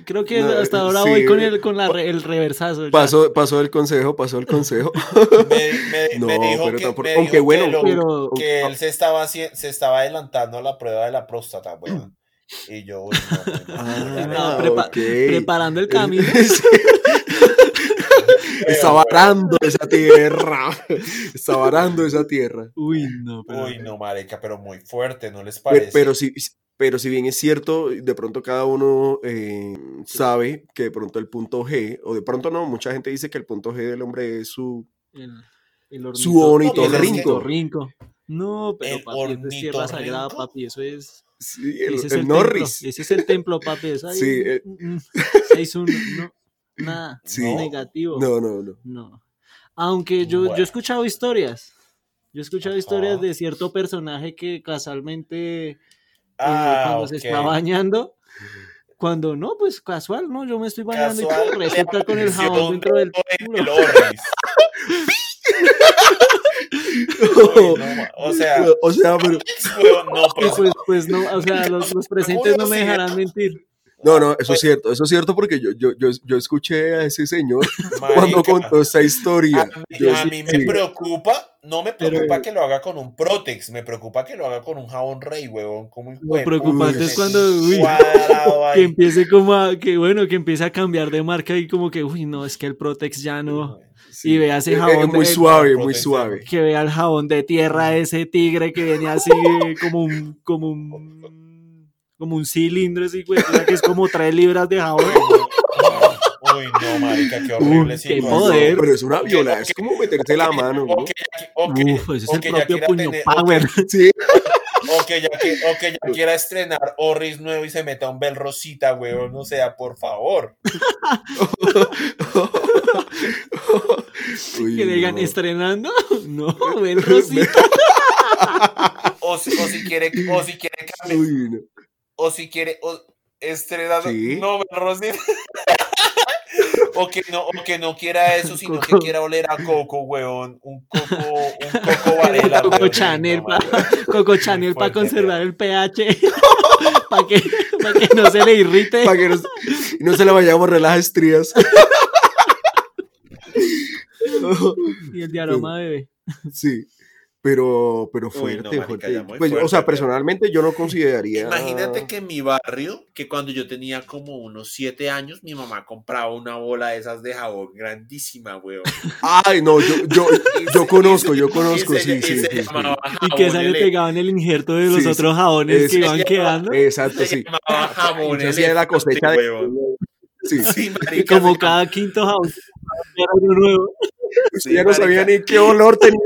Speaker 3: creo que
Speaker 2: No,
Speaker 3: hasta ahora
Speaker 2: sí,
Speaker 3: voy con el, con la, re- el reversazo. ya.
Speaker 2: Pasó, pasó el consejo, pasó el
Speaker 3: (laughs)
Speaker 2: consejo.
Speaker 4: Me, me-
Speaker 2: No,
Speaker 4: me dijo
Speaker 2: pero
Speaker 4: que,
Speaker 2: tampoco-
Speaker 4: me dijo
Speaker 2: aunque
Speaker 4: que
Speaker 2: bueno,
Speaker 4: lo-
Speaker 3: pero
Speaker 4: que él se estaba, haci- se estaba adelantando a la prueba de la próstata, weón. Y yo, uy, no, pues, no, no, no, (laughs) no,
Speaker 3: estaba
Speaker 2: (laughs) Ah,
Speaker 3: prepa-
Speaker 2: ok. (laughs)
Speaker 3: preparando el camino.
Speaker 4: (laughs)
Speaker 2: Estaba arando esa tierra. Estaba arando esa tierra.
Speaker 3: Uy, no, pero.
Speaker 4: Uy, no, marica, pero muy fuerte, ¿no les
Speaker 2: Pe-
Speaker 4: parece?
Speaker 2: Pero si, pero si bien es cierto, de pronto cada uno eh, sabe que de pronto el punto G, o de pronto no, mucha gente dice que el punto G del hombre es su...
Speaker 3: El, el
Speaker 2: Su
Speaker 3: ornito-
Speaker 4: ornitorrinco.
Speaker 3: el ornitorrinco. No, pero
Speaker 4: El
Speaker 3: papi, eso es tierra sagrada,
Speaker 4: ornitorrinco.
Speaker 3: papi. Eso es.
Speaker 2: sí, el,
Speaker 3: ese es
Speaker 2: el
Speaker 3: templo,
Speaker 2: Norris.
Speaker 3: Ese es el templo, papi. Es ahí.
Speaker 2: Sí, eh.
Speaker 3: mm, mm, 6-1. No, nada.
Speaker 2: Sí.
Speaker 3: Negativo.
Speaker 2: No, no,
Speaker 4: (laughs)
Speaker 2: no.
Speaker 3: No. Aunque yo, yo
Speaker 4: Bueno.
Speaker 3: he escuchado historias. Yo he escuchado
Speaker 4: Ajá.
Speaker 3: historias de cierto personaje que casualmente eh,
Speaker 4: Ah,
Speaker 3: cuando se
Speaker 4: ok.
Speaker 3: está bañando, cuando no, pues casual, no, yo me estoy bañando y
Speaker 4: Casual,
Speaker 3: pum, resulta
Speaker 4: le
Speaker 3: con el
Speaker 4: apareció
Speaker 3: jabón
Speaker 4: un
Speaker 3: dentro del
Speaker 4: en
Speaker 3: culo.
Speaker 4: el orris.
Speaker 2: (laughs)
Speaker 4: Uy, no, ma- o sea,
Speaker 2: o sea, pero...
Speaker 4: weón, no,
Speaker 3: Y
Speaker 4: pues,
Speaker 3: pues, pues no, o sea, los,
Speaker 4: (laughs)
Speaker 3: los presentes no me dejarán mentir.
Speaker 2: No, no, eso es cierto, eso es cierto porque yo, yo, yo, yo escuché a ese señor (laughs) cuando
Speaker 4: marica,
Speaker 2: contó esa
Speaker 4: a
Speaker 2: historia.
Speaker 4: mí,
Speaker 2: Yo
Speaker 4: a
Speaker 2: sí-
Speaker 4: mí me
Speaker 2: sí.
Speaker 4: preocupa, no me
Speaker 3: Pero- eh
Speaker 4: preocupa que lo haga con un Protex, me preocupa que lo haga con un jabón rey, huevón, como un
Speaker 3: Lo preocupante
Speaker 2: uy,
Speaker 3: es cuando uy, (laughs)
Speaker 4: cuadrado
Speaker 3: que
Speaker 4: ahí.
Speaker 3: empiece como a, que bueno, que empiece a cambiar de marca y como que, uy, no, es que el Protex ya no. Y vea ese
Speaker 2: Es-
Speaker 3: jabón.
Speaker 2: Es muy
Speaker 3: de-
Speaker 2: suave, muy
Speaker 4: Protex,
Speaker 2: suave.
Speaker 3: que vea el jabón de tierra ese tigre que viene
Speaker 4: (laughs)
Speaker 3: así eh, como un como un como un cilindro así güey, o sea, que es como tres libras de
Speaker 4: (laughs)
Speaker 3: jabón
Speaker 4: Uy, no, marica, qué horrible
Speaker 3: Uy, qué
Speaker 4: situación.
Speaker 3: poder.
Speaker 2: No, pero es una viola, es
Speaker 4: ok.
Speaker 2: como meterte la mano. ¿no?
Speaker 4: O que ya- o que-
Speaker 3: Uf, Pues ese es
Speaker 4: o
Speaker 3: el
Speaker 4: que ya
Speaker 3: propio
Speaker 4: quiera
Speaker 3: puño
Speaker 4: tener- o
Speaker 3: power
Speaker 2: Sí,
Speaker 4: O que ya, que, o que ya quiera estrenar Orris nuevo y se meta un Bel Rosita, weón. O sea, por favor.
Speaker 2: Uy,
Speaker 3: que le digan
Speaker 2: no.
Speaker 3: estrenando (laughs)
Speaker 4: (laughs)
Speaker 3: no el rosita
Speaker 4: O si, o si quiere, o si quiere cambiar,
Speaker 2: Uy, no.
Speaker 4: o si quiere o- estrenar
Speaker 2: Sí.
Speaker 4: no Bel Rosita. (laughs) O que, no, o que no quiera eso, sino que
Speaker 3: Coco.
Speaker 4: quiera oler a Coco, weón. Un Coco, un
Speaker 2: (laughs)
Speaker 4: Coco Varela.
Speaker 3: Coco
Speaker 4: weón.
Speaker 3: Chanel,
Speaker 4: No, madre.
Speaker 3: (laughs) Coco Chanel para
Speaker 4: fuerte,
Speaker 3: conservar el pH (laughs) para que para que no se le irrite
Speaker 2: Para que no, se- no se le vayamos a las estrías. (laughs)
Speaker 3: y el de aroma bebé
Speaker 2: sí. Pero, pero
Speaker 4: no,
Speaker 2: fuerte,
Speaker 4: marica,
Speaker 2: fuerte.
Speaker 4: ya muy
Speaker 2: Pues, O
Speaker 4: fuerte,
Speaker 2: sea,
Speaker 4: pero-
Speaker 2: personalmente yo no consideraría. Ah.
Speaker 4: Imagínate que en mi barrio, que cuando yo tenía como unos siete años, mi mamá compraba una bola de esas de jabón grandísima, weón.
Speaker 2: (laughs) Ay, no, yo,
Speaker 4: (laughs)
Speaker 2: yo, yo conozco, yo conozco,
Speaker 4: Y se-
Speaker 2: sí,
Speaker 4: y
Speaker 2: sí,
Speaker 4: se
Speaker 2: sí, sí.
Speaker 4: llamaba
Speaker 3: y que esa le
Speaker 4: jabón ele-
Speaker 3: pegaban el injerto de los
Speaker 2: Sí,
Speaker 3: otros jabones
Speaker 2: es-
Speaker 3: que iban
Speaker 4: es-
Speaker 3: quedando
Speaker 2: Exacto,
Speaker 4: Se
Speaker 2: sí.
Speaker 4: llamaba jabón
Speaker 2: Se hacía la
Speaker 4: elefante,
Speaker 2: cosecha de...
Speaker 4: weón.
Speaker 2: Sí,
Speaker 4: Sí,
Speaker 3: y
Speaker 4: marica,
Speaker 3: como
Speaker 4: se-
Speaker 3: cada quinto jabón (laughs) era uno nuevo
Speaker 2: usted
Speaker 4: sí,
Speaker 2: ya no sabía
Speaker 4: marica.
Speaker 2: ni qué olor tenía.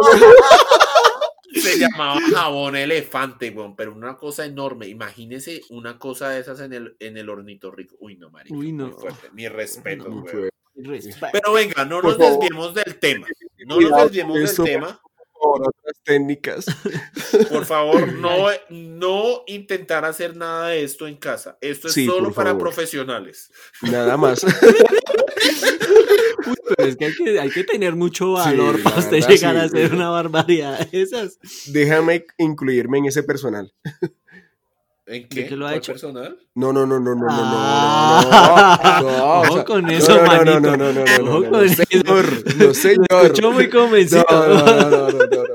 Speaker 2: (laughs)
Speaker 4: se llamaba jabón elefante, weón, pero una cosa enorme. Imagínese una cosa de esas en el, en el hornito rico. Uy, no, marica.
Speaker 3: Uy, no.
Speaker 4: Muy fuerte. Mi respeto,
Speaker 3: No,
Speaker 2: Muy
Speaker 4: weón.
Speaker 2: fuerte.
Speaker 3: Respeto.
Speaker 4: Pero venga, no
Speaker 2: Por
Speaker 4: nos
Speaker 2: favor.
Speaker 4: desviemos del tema. No
Speaker 2: Cuidado
Speaker 4: nos
Speaker 2: con
Speaker 4: desviemos del
Speaker 2: esto.
Speaker 4: tema.
Speaker 2: Por otras técnicas. (laughs)
Speaker 4: Por favor, no, no intentar hacer nada de esto en casa. Esto es
Speaker 2: Sí,
Speaker 4: solo
Speaker 2: por
Speaker 4: para
Speaker 2: favor.
Speaker 4: profesionales.
Speaker 2: Nada
Speaker 4: (laughs)
Speaker 2: más.
Speaker 3: Uy, pero es que hay que, hay que tener mucho
Speaker 2: Sí,
Speaker 3: valor
Speaker 2: la
Speaker 3: para usted
Speaker 2: verdad,
Speaker 3: llegar
Speaker 2: sí,
Speaker 3: a hacer
Speaker 2: sí.
Speaker 3: una barbaridad de esas.
Speaker 2: Déjame incluirme en ese personal.
Speaker 4: ¿En
Speaker 3: ¿De
Speaker 4: qué?
Speaker 3: qué lo ha
Speaker 4: ¿Cuál
Speaker 3: hecho?
Speaker 4: personal?
Speaker 2: No, no, no, no, no, no,
Speaker 3: Ah.
Speaker 2: no, no, no, no, o
Speaker 3: Ojo
Speaker 2: sea,
Speaker 3: con
Speaker 2: no,
Speaker 3: eso,
Speaker 2: no,
Speaker 3: manito.
Speaker 2: no, no, no, no, no, no,
Speaker 3: Ojo
Speaker 2: no, no,
Speaker 3: con eso.
Speaker 2: señor, no, señor.
Speaker 3: Lo escucho muy
Speaker 2: No,
Speaker 3: convencido.
Speaker 2: no, no, no, no, no, no.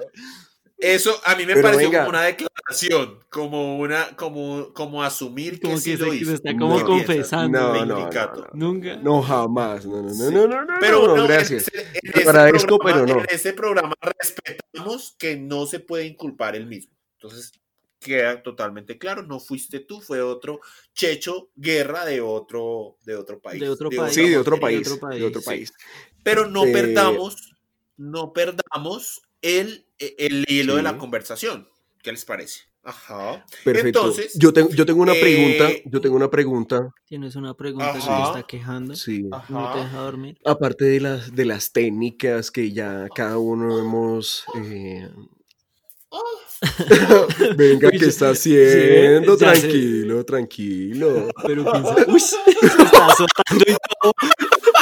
Speaker 4: Eso a mí me
Speaker 2: Pero
Speaker 4: pareció
Speaker 2: venga.
Speaker 4: como una declaración, como una, como, como asumir que
Speaker 3: Como
Speaker 4: sí
Speaker 3: que se,
Speaker 4: lo
Speaker 3: se
Speaker 4: hizo.
Speaker 3: está como
Speaker 2: No.
Speaker 3: confesando.
Speaker 2: No,
Speaker 3: güey.
Speaker 2: no, no,
Speaker 4: Sindicato.
Speaker 2: no,
Speaker 3: Nunca.
Speaker 2: no, jamás, no, no, no,
Speaker 4: Sí.
Speaker 2: no, no, no,
Speaker 4: Pero
Speaker 2: no, no,
Speaker 4: no, en
Speaker 2: gracias.
Speaker 4: ese- en
Speaker 2: Te
Speaker 4: ese
Speaker 2: agradezco,
Speaker 4: programa-
Speaker 2: pero no.
Speaker 4: En ese programa respetamos que no se puede inculpar el mismo. Entonces, queda totalmente claro, no fuiste tú, fue otro Checho Guerra de otro, de otro país.
Speaker 3: De otro
Speaker 4: otra
Speaker 3: país.
Speaker 2: Sí, de otro
Speaker 4: montería.
Speaker 2: país,
Speaker 3: otro
Speaker 2: de otro
Speaker 4: país,
Speaker 2: país.
Speaker 4: Pero no
Speaker 2: Eh,
Speaker 4: perdamos, no perdamos el, el hilo de la
Speaker 2: sí.
Speaker 4: conversación. ¿Qué les parece?
Speaker 5: Ajá.
Speaker 2: Perfecto.
Speaker 4: Entonces,
Speaker 2: yo, tengo, yo tengo una
Speaker 4: eh,
Speaker 2: pregunta, yo tengo una pregunta,
Speaker 3: Tienes una pregunta que te
Speaker 5: Ajá.
Speaker 3: está quejando.
Speaker 2: sí.
Speaker 3: No te
Speaker 5: Ajá.
Speaker 3: deja dormir.
Speaker 2: Aparte de las, de las técnicas que ya cada uno hemos... eh, Venga,
Speaker 3: Uy,
Speaker 2: que está
Speaker 3: sí,
Speaker 2: haciendo?
Speaker 3: ya sé.
Speaker 2: tranquilo, tranquilo.
Speaker 3: Pero quién sabe. Uy, (laughs) se está azotando y todo.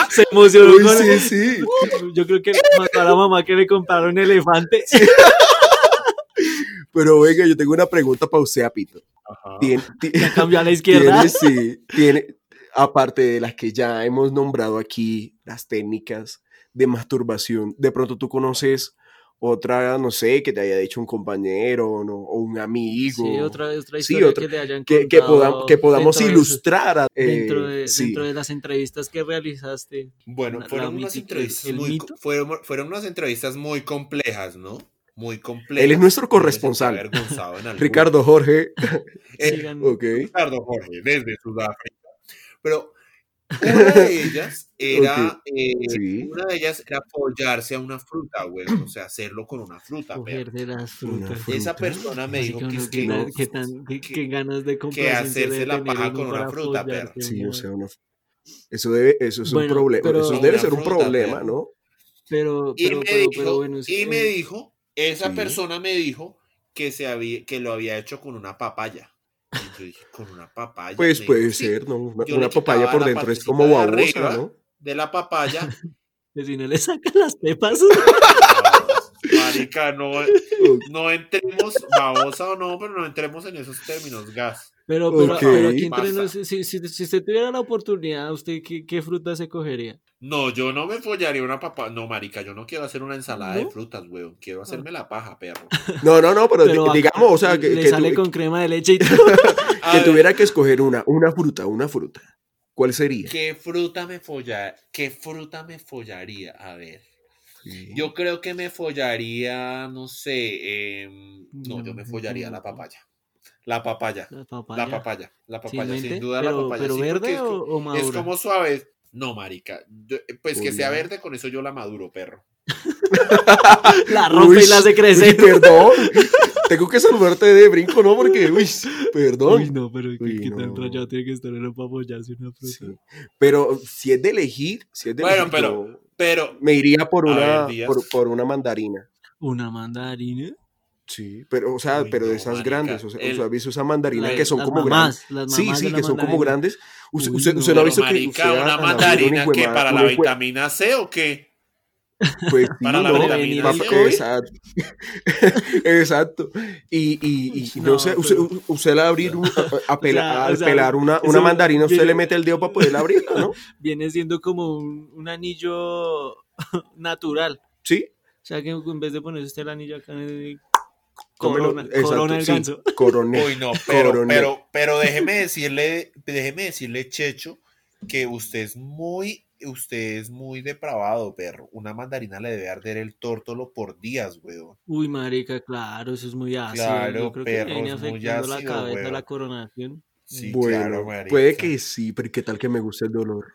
Speaker 3: Se emocionó.
Speaker 2: Uy,
Speaker 3: con
Speaker 2: sí, sí.
Speaker 3: Yo creo que mató a la mamá que le compraron un elefante.
Speaker 2: (laughs) Pero venga, yo tengo una pregunta para usted, Apito.
Speaker 5: Ajá.
Speaker 2: Tien- (laughs) ti-
Speaker 3: Cambió a la izquierda.
Speaker 2: tiene, sí, tiene, aparte de las que ya hemos nombrado aquí, las técnicas de masturbación, de pronto tú conoces otra, no sé, que te haya dicho un compañero ¿no? o un amigo.
Speaker 3: Sí, otra, otra
Speaker 2: Sí,
Speaker 3: historia
Speaker 2: otra-
Speaker 3: que le hayan
Speaker 2: Que, que podam-
Speaker 3: contado
Speaker 2: que podamos
Speaker 3: dentro de su-
Speaker 2: ilustrar a- eh,
Speaker 3: dentro, de,
Speaker 2: sí.
Speaker 3: dentro de las entrevistas que realizaste.
Speaker 4: Bueno,
Speaker 3: La-
Speaker 4: fueron
Speaker 3: la
Speaker 4: unas
Speaker 3: mítica,
Speaker 4: entrevistas
Speaker 3: el
Speaker 4: muy, co-
Speaker 3: mito.
Speaker 4: fueron, fueron unas entrevistas muy complejas, ¿no? Muy complejas.
Speaker 2: Él es nuestro
Speaker 4: Me sentí
Speaker 2: corresponsal.
Speaker 4: avergonzado
Speaker 2: (laughs)
Speaker 4: en algunas.
Speaker 2: Ricardo Jorge, (laughs)
Speaker 4: Eh,
Speaker 3: Sigan-
Speaker 2: ok.
Speaker 4: Ricardo Jorge, desde Sudáfrica. Pero una
Speaker 2: (laughs)
Speaker 4: de ellas era, eh,
Speaker 2: Sí.
Speaker 4: una de ellas era apoyarse a una fruta, güey. O sea, hacerlo con una fruta.
Speaker 3: coger de las frutas.
Speaker 2: fruta.
Speaker 4: Esa persona me
Speaker 3: Así
Speaker 4: dijo
Speaker 3: que
Speaker 4: que
Speaker 3: uno
Speaker 4: es
Speaker 3: qué
Speaker 4: que
Speaker 3: tan-
Speaker 4: no.
Speaker 3: qué tan- qué- qué ganas de
Speaker 4: que hacerse
Speaker 3: complacencia
Speaker 4: la
Speaker 3: debe tener
Speaker 4: paja
Speaker 3: uno
Speaker 4: con una
Speaker 3: para
Speaker 4: fruta,
Speaker 3: follarte
Speaker 4: perro.
Speaker 2: Sí,
Speaker 3: un
Speaker 2: o
Speaker 3: huevo.
Speaker 2: sea, uno- eso, debe, eso es
Speaker 3: Bueno,
Speaker 2: un problema,
Speaker 3: pero-
Speaker 2: eso debe
Speaker 4: Una
Speaker 2: ser un
Speaker 4: fruta,
Speaker 2: problema,
Speaker 4: perro.
Speaker 2: ¿no?
Speaker 3: Pero,
Speaker 4: Y
Speaker 3: pero,
Speaker 4: me
Speaker 3: pero,
Speaker 4: dijo,
Speaker 3: pero bueno, eh, es
Speaker 4: y
Speaker 3: que-
Speaker 4: me dijo, esa
Speaker 2: Sí.
Speaker 4: persona me dijo que, se había, que lo había hecho con una papaya. Y yo dije, con una papaya.
Speaker 2: Pues
Speaker 4: Me dijo,
Speaker 2: puede
Speaker 4: "Sí,
Speaker 2: ser, ¿no? Una,
Speaker 4: Yo
Speaker 2: una
Speaker 4: le
Speaker 2: papaya
Speaker 4: quitaba
Speaker 2: por
Speaker 4: la
Speaker 2: dentro es
Speaker 4: partecita
Speaker 2: como
Speaker 4: de
Speaker 2: babosa,
Speaker 4: arriba.
Speaker 2: ¿no? (laughs)
Speaker 4: De
Speaker 3: (laughs)
Speaker 4: la papaya.
Speaker 3: que pues si no le (laughs) sacan las pepas. (laughs)
Speaker 4: Marica, no, no entremos, babosa o no, pero no entremos en esos términos, gas.
Speaker 3: Pero, pero,
Speaker 2: Ok.
Speaker 3: pero aquí entre
Speaker 4: Basta.
Speaker 3: nos, si, si, si usted tuviera la oportunidad, ¿usted qué, qué fruta se cogería?
Speaker 4: No, yo no me follaría una papaya. No, marica, yo no quiero hacer una ensalada
Speaker 3: ¿No? Ah.
Speaker 4: de frutas, weón. Quiero hacerme la
Speaker 3: (laughs)
Speaker 4: paja, perro.
Speaker 2: No, no, no, pero, di-
Speaker 3: Pero
Speaker 2: digamos, o sea, que,
Speaker 3: le
Speaker 2: que
Speaker 3: sale
Speaker 2: tu-
Speaker 3: con crema de leche y todo.
Speaker 4: (laughs) A
Speaker 2: que
Speaker 4: ver,
Speaker 2: tuviera que escoger una, una fruta, una fruta. ¿Cuál sería?
Speaker 4: ¿Qué fruta me follaría? ¿Qué fruta me follaría? A ver.
Speaker 2: Sí.
Speaker 4: Yo creo que me follaría, no sé. em, no, yo me
Speaker 3: No,
Speaker 4: follaría
Speaker 3: no.
Speaker 4: la papaya. La papaya.
Speaker 3: Mm, La
Speaker 4: La
Speaker 3: papaya.
Speaker 4: papaya. La papaya, sin
Speaker 3: Silvente,
Speaker 4: duda
Speaker 3: pero,
Speaker 4: la papaya.
Speaker 3: pero
Speaker 4: sí, porque
Speaker 3: verde
Speaker 4: es
Speaker 3: o,
Speaker 4: co-
Speaker 3: o madura.
Speaker 4: Es como suave. No, marica. Yo- pues que sea
Speaker 2: Hola.
Speaker 4: verde, con eso yo la maduro, perro.
Speaker 3: La rompe
Speaker 2: Uy,
Speaker 3: y la hace
Speaker 2: Uy,
Speaker 3: (laughs) crecer.
Speaker 2: perdón. Tengo que salvarte de brinco, ¿no? Porque, uy, perdón.
Speaker 3: Uy, no, pero que
Speaker 2: Uy,
Speaker 3: qué tan
Speaker 2: no.
Speaker 3: rayado tiene que estar uno para apoyarse una fruta.
Speaker 2: Sí. Pero si es de elegir, si es de
Speaker 4: Bueno,
Speaker 2: elegir,
Speaker 4: pero-
Speaker 2: yo
Speaker 4: Pero,
Speaker 2: me iría por
Speaker 4: A
Speaker 2: una,
Speaker 4: ver, Díaz.
Speaker 2: por, por una mandarina.
Speaker 3: Una mandarina.
Speaker 2: Sí, pero, o sea,
Speaker 4: Uy,
Speaker 2: pero de
Speaker 4: no,
Speaker 2: esas
Speaker 4: marica.
Speaker 2: grandes, o sea,
Speaker 4: El-
Speaker 2: ¿usted ha visto esas mandarinas
Speaker 3: La-
Speaker 2: que son
Speaker 3: las
Speaker 2: como grandes.
Speaker 3: mamás, las
Speaker 2: Sí,
Speaker 3: mamás de
Speaker 2: sí,
Speaker 3: la
Speaker 2: que son como
Speaker 3: mandarina.
Speaker 2: grandes. Usted,
Speaker 3: Uy,
Speaker 2: usted,
Speaker 3: no.
Speaker 2: usted no ha
Speaker 4: pero,
Speaker 2: visto que usted
Speaker 4: marica,
Speaker 2: ha-
Speaker 4: una
Speaker 2: ha habido un
Speaker 4: mandarina
Speaker 2: hijo de
Speaker 4: que
Speaker 2: ma-
Speaker 4: para
Speaker 2: un
Speaker 4: la
Speaker 2: hijo de-
Speaker 4: vitamina C o qué?
Speaker 3: (laughs)
Speaker 2: Pues sí,
Speaker 4: Para la
Speaker 2: ¿no?
Speaker 4: vitamina
Speaker 2: Pap-
Speaker 4: C, güey.
Speaker 2: Exacto. (laughs) Exacto. Y, y, y no,
Speaker 3: No,
Speaker 2: sé, usted,
Speaker 3: pero-
Speaker 2: usted la abrir, un- a, a pela-
Speaker 3: (laughs) O sea,
Speaker 2: al
Speaker 3: o sea,
Speaker 2: pelar una,
Speaker 3: eso-
Speaker 2: una mandarina, usted
Speaker 3: yo-
Speaker 2: le mete el dedo para poder abrirla, ¿no?
Speaker 3: Viene siendo como un, un anillo (laughs) natural.
Speaker 2: Sí.
Speaker 3: O sea que en vez de ponerse usted el anillo acá, eh,
Speaker 2: tómelo.
Speaker 3: corona,
Speaker 2: Exacto,
Speaker 3: corona el
Speaker 2: sí,
Speaker 3: ganso. (laughs)
Speaker 2: coronel. (laughs)
Speaker 4: Uy, no, pero,
Speaker 2: Coronel.
Speaker 4: pero, pero déjeme decirle, déjeme decirle, Checho, que usted es muy, usted es muy depravado, perro. Una mandarina le debe arder el tórtolo por días, weón.
Speaker 3: Uy, marica, claro, eso es muy ácido. Yo
Speaker 4: Claro,
Speaker 3: creo que le
Speaker 4: perro,
Speaker 3: viene
Speaker 4: es muy
Speaker 3: afectando la
Speaker 4: ácido,
Speaker 3: cabeza
Speaker 4: weón.
Speaker 3: la coronación.
Speaker 4: Sí,
Speaker 2: bueno,
Speaker 4: claro, marica.
Speaker 2: puede que sí, pero ¿qué tal que me guste el dolor?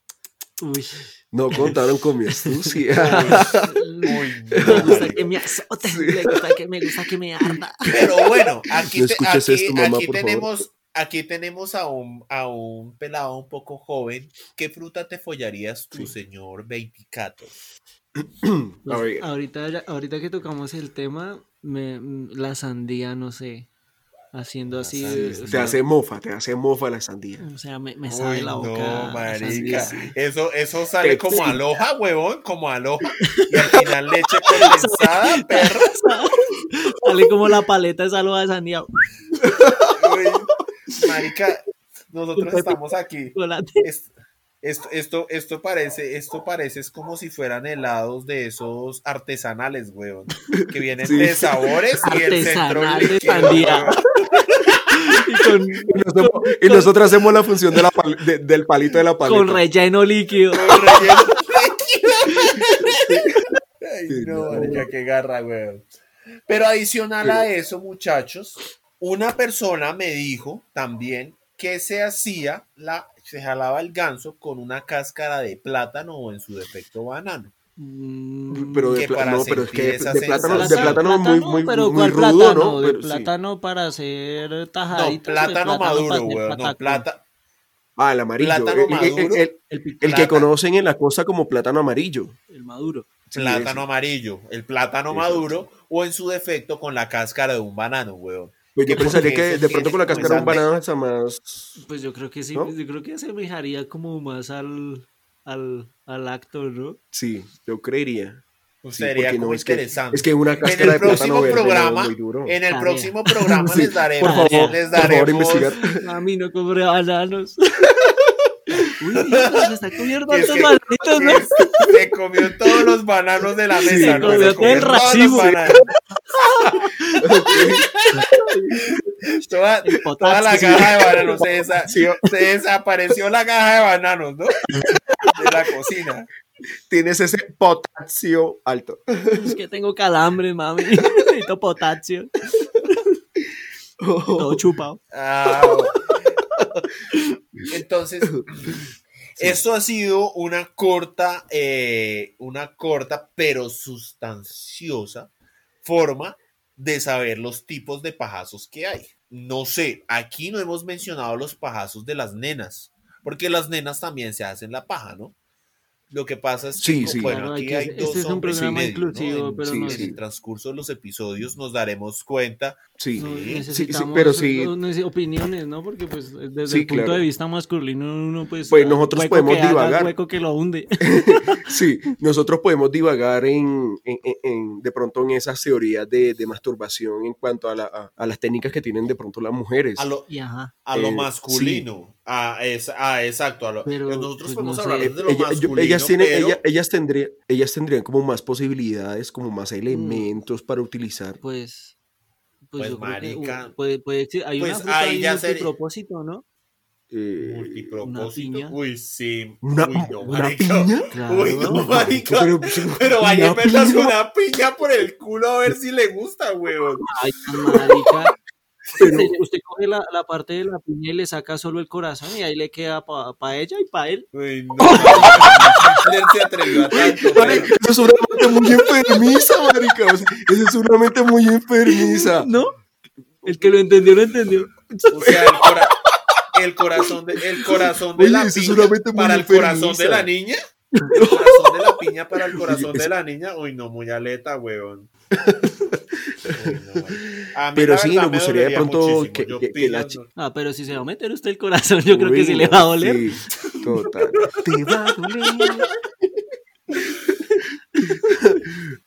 Speaker 2: (laughs)
Speaker 3: Uy. (laughs)
Speaker 2: No contaron con mi astucia. (clears throat)
Speaker 4: Uy,
Speaker 3: Me
Speaker 2: (laughs)
Speaker 4: no,
Speaker 3: gusta
Speaker 4: marica.
Speaker 3: que me azoten, me gusta que me gusta que me arda.
Speaker 4: Pero bueno, aquí,
Speaker 2: No
Speaker 4: te-
Speaker 2: escuches
Speaker 4: aquí,
Speaker 2: esto, mamá,
Speaker 4: aquí
Speaker 2: por favor.
Speaker 4: tenemos, aquí tenemos a un, a un pelado un poco joven. ¿Qué fruta te follarías tú, señor Veinticato?
Speaker 2: a
Speaker 3: Pues,
Speaker 2: ver,
Speaker 3: ahorita, ya- ahorita que tocamos el tema, me, mm, la sandía, no sé, haciendo
Speaker 4: La
Speaker 3: así.
Speaker 4: sandía.
Speaker 3: o
Speaker 2: te
Speaker 3: sea,
Speaker 2: hace mofa, te hace mofa la sandía.
Speaker 3: O sea, me, me sabe la boca.
Speaker 4: no,
Speaker 3: la
Speaker 4: marica.
Speaker 3: sandía.
Speaker 4: Eso, eso sale
Speaker 2: Te-
Speaker 4: como aloja, huevón,
Speaker 3: (laughs)
Speaker 4: como aloja. Y al final leche condensada, perro.
Speaker 3: (laughs) Sale como la paleta de salva de sandía.
Speaker 4: Uy, marica, nosotros estamos aquí.
Speaker 3: chocolate.
Speaker 4: Es- esto, esto, esto parece, esto parece es como si fueran helados de esos artesanales, weón, que vienen
Speaker 2: Sí.
Speaker 4: de sabores y el centro
Speaker 3: Artesanal de
Speaker 4: líquido,
Speaker 3: sandía.
Speaker 4: weón.
Speaker 3: Y con,
Speaker 2: Y, nos hemos- y nosotros hacemos la función de la pal- de- del palito de la paleta.
Speaker 3: con relleno líquido.
Speaker 4: Con relleno líquido. Ay,
Speaker 2: Sí,
Speaker 4: no,
Speaker 2: no.
Speaker 4: marica, qué garra, weón. Pero adicional a eso, muchachos, una persona me dijo también que se hacía la, se jalaba el ganso con una cáscara de plátano o en su defecto banano.
Speaker 3: Mm,
Speaker 2: Pero de,
Speaker 4: Que
Speaker 2: pla-
Speaker 4: para
Speaker 2: no, pero es
Speaker 4: sentir
Speaker 2: que de,
Speaker 4: esa
Speaker 2: de plátano, de
Speaker 4: sensación.
Speaker 2: plátano muy, muy,
Speaker 3: pero
Speaker 2: muy
Speaker 3: ¿cuál
Speaker 2: rudo,
Speaker 3: plátano?
Speaker 2: ¿no?
Speaker 3: De
Speaker 2: Pero sí.
Speaker 3: plátano para hacer
Speaker 4: No,
Speaker 3: tajaditas. de
Speaker 4: plátano maduro,
Speaker 3: para hacer
Speaker 4: weón. No,
Speaker 3: patacón.
Speaker 4: plata,
Speaker 2: Ah, el amarillo.
Speaker 4: Plátano
Speaker 2: el, el- el-
Speaker 4: maduro.
Speaker 2: el-
Speaker 3: El, pic-
Speaker 2: el que
Speaker 4: Plátano.
Speaker 2: conocen en la costa como plátano amarillo.
Speaker 3: el maduro.
Speaker 2: Sí, ese.
Speaker 4: plátano amarillo, el plátano
Speaker 2: Exacto.
Speaker 4: maduro o en su defecto con la cáscara de un banano, weón.
Speaker 2: Pues yo
Speaker 4: Que porque
Speaker 2: pensaría que
Speaker 4: eso
Speaker 2: de pronto
Speaker 4: tiene
Speaker 2: con la
Speaker 4: como
Speaker 2: cáscara de un
Speaker 4: esa
Speaker 2: banano está más.
Speaker 3: Pues yo creo que sí,
Speaker 2: ¿No?
Speaker 3: yo creo que asemejaría como más al, al, al acto,
Speaker 4: (laughs)
Speaker 3: ¿no?
Speaker 2: Sí, yo creería. Sí,
Speaker 4: Sería
Speaker 2: porque
Speaker 4: como
Speaker 2: no, es que,
Speaker 4: interesante.
Speaker 2: es que una
Speaker 4: en
Speaker 2: cáscara
Speaker 4: el
Speaker 2: de plátano
Speaker 4: próximo
Speaker 2: verde no,
Speaker 4: programa,
Speaker 2: muy duro.
Speaker 4: en el
Speaker 3: Tarea.
Speaker 4: próximo
Speaker 2: (laughs)
Speaker 4: programa
Speaker 2: Sí,
Speaker 4: les daremos,
Speaker 2: por favor,
Speaker 4: les
Speaker 2: por favor,
Speaker 4: daremos
Speaker 2: investigar.
Speaker 4: (laughs)
Speaker 3: A mí no compré bananos. Uy, mierda, se está comiendo
Speaker 4: Es
Speaker 3: estos
Speaker 4: que-
Speaker 3: malditos, ¿no?
Speaker 4: que (laughs) se comió todos los bananos de la mesa.
Speaker 3: se
Speaker 4: ¿no?
Speaker 3: comió todo el
Speaker 4: todos los
Speaker 3: racimo.
Speaker 2: (laughs)
Speaker 4: bananos. Toda, toda la
Speaker 3: Potasio.
Speaker 4: caja de bananos
Speaker 2: (laughs)
Speaker 4: se, desa- se desapareció la caja de bananos, ¿no? De la cocina.
Speaker 2: Tienes ese potasio
Speaker 3: (laughs)
Speaker 2: alto.
Speaker 3: Es que tengo calambre, mami. (laughs) Necesito potasio.
Speaker 4: Oh,
Speaker 3: Todo chupado.
Speaker 4: Ah, entonces, esto ha sido una corta, eh, una corta pero sustanciosa forma de saber los tipos de pajazos que hay. No sé, aquí no hemos mencionado los pajazos de las nenas, porque las nenas también se hacen la paja, ¿no? Lo que pasa es que
Speaker 2: Sí,
Speaker 4: co-
Speaker 2: sí.
Speaker 4: bueno,
Speaker 3: Claro, hay
Speaker 4: aquí
Speaker 3: que-
Speaker 4: hay
Speaker 3: este
Speaker 4: dos
Speaker 3: es un
Speaker 4: hombres y
Speaker 3: programa
Speaker 4: medio, ¿no?
Speaker 3: inclusivo,
Speaker 4: En-
Speaker 3: pero
Speaker 4: en
Speaker 2: no sé.
Speaker 4: el transcurso de los episodios nos daremos cuenta
Speaker 2: Sí.
Speaker 3: No,
Speaker 4: Sí, sí,
Speaker 3: necesitamos
Speaker 2: pero sí.
Speaker 3: no, neces- opiniones, ¿no? Porque pues desde
Speaker 2: Sí,
Speaker 3: el punto
Speaker 2: claro.
Speaker 3: de vista masculino uno pues...
Speaker 2: Pues
Speaker 3: ah,
Speaker 2: nosotros
Speaker 3: hueco
Speaker 2: podemos
Speaker 3: que haga,
Speaker 2: divagar.
Speaker 3: hueco que lo
Speaker 4: (laughs)
Speaker 3: hunde.
Speaker 2: Sí, nosotros podemos divagar en, en- en- en- de pronto en esas teorías de, de masturbación en cuanto a, la- a- a las técnicas que tienen de pronto las mujeres.
Speaker 4: a lo,
Speaker 3: y ajá.
Speaker 4: a lo
Speaker 2: Eh,
Speaker 4: masculino. A esa- ah, exacto. a lo-
Speaker 3: Pero, pues,
Speaker 4: nosotros podemos
Speaker 3: no
Speaker 4: hablar
Speaker 3: sé.
Speaker 4: de lo
Speaker 2: Ella- yo-
Speaker 4: masculino.
Speaker 2: ellas, tienen,
Speaker 4: pero
Speaker 2: ella- ellas, tendría- ellas tendrían como más posibilidades, como más elementos para utilizar.
Speaker 3: Pues...
Speaker 4: Pues,
Speaker 3: Pues, yo creo que,
Speaker 4: marica,
Speaker 3: uh, puede, puede existir- Hay
Speaker 4: pues,
Speaker 3: una fruta
Speaker 4: ahí
Speaker 3: ahí
Speaker 4: ya sería-
Speaker 3: multipropósito, ¿no?
Speaker 2: eh,
Speaker 4: multipropósito.
Speaker 3: una piña.
Speaker 4: Uy, sí.
Speaker 2: una,
Speaker 4: Uy, no,
Speaker 2: una
Speaker 4: marica.
Speaker 2: piña.
Speaker 3: Claro.
Speaker 4: (laughs) Uy, no, marica.
Speaker 2: Pero,
Speaker 4: Pero vaya,
Speaker 2: una
Speaker 4: metas
Speaker 2: piña.
Speaker 4: una piña por el culo a ver si le gusta, weón.
Speaker 3: Ay,
Speaker 4: (laughs)
Speaker 3: marica.
Speaker 2: Pero-
Speaker 3: Usted, usted coge la, la parte de la piña y le saca solo el corazón y ahí le queda para ella y para él.
Speaker 4: Uy, no.
Speaker 2: (laughs)
Speaker 4: Él se atrevió a tanto.
Speaker 2: Marica,
Speaker 4: pero-
Speaker 2: eso es una mente muy enfermiza, marica. O sea, eso es una mente muy
Speaker 4: Ah.
Speaker 2: enfermiza.
Speaker 3: ¿No? El que lo entendió, lo entendió.
Speaker 4: O sea, el, cora- el corazón de, el corazón de
Speaker 2: Oye,
Speaker 4: la
Speaker 2: eso es
Speaker 4: piña
Speaker 2: una mente muy
Speaker 4: para el corazón
Speaker 2: enfermiza.
Speaker 4: de
Speaker 2: (laughs)
Speaker 4: la niña. El corazón de la piña para el corazón
Speaker 2: Oye,
Speaker 4: de
Speaker 2: es-
Speaker 4: la niña. Uy, no, muy aleta, weón. Uy, no, marica. A mí,
Speaker 2: Pero
Speaker 4: la
Speaker 2: sí,
Speaker 4: verdad,
Speaker 2: nos
Speaker 4: me
Speaker 2: gustaría de
Speaker 4: dolería
Speaker 2: pronto
Speaker 4: muchísimo.
Speaker 2: que-
Speaker 4: Yo
Speaker 2: que- que
Speaker 4: pido-
Speaker 2: la chi-
Speaker 3: Ah, pero si se va a meter usted el corazón, yo creo que sí le va a doler.
Speaker 2: Sí, total.
Speaker 3: Te va a doler.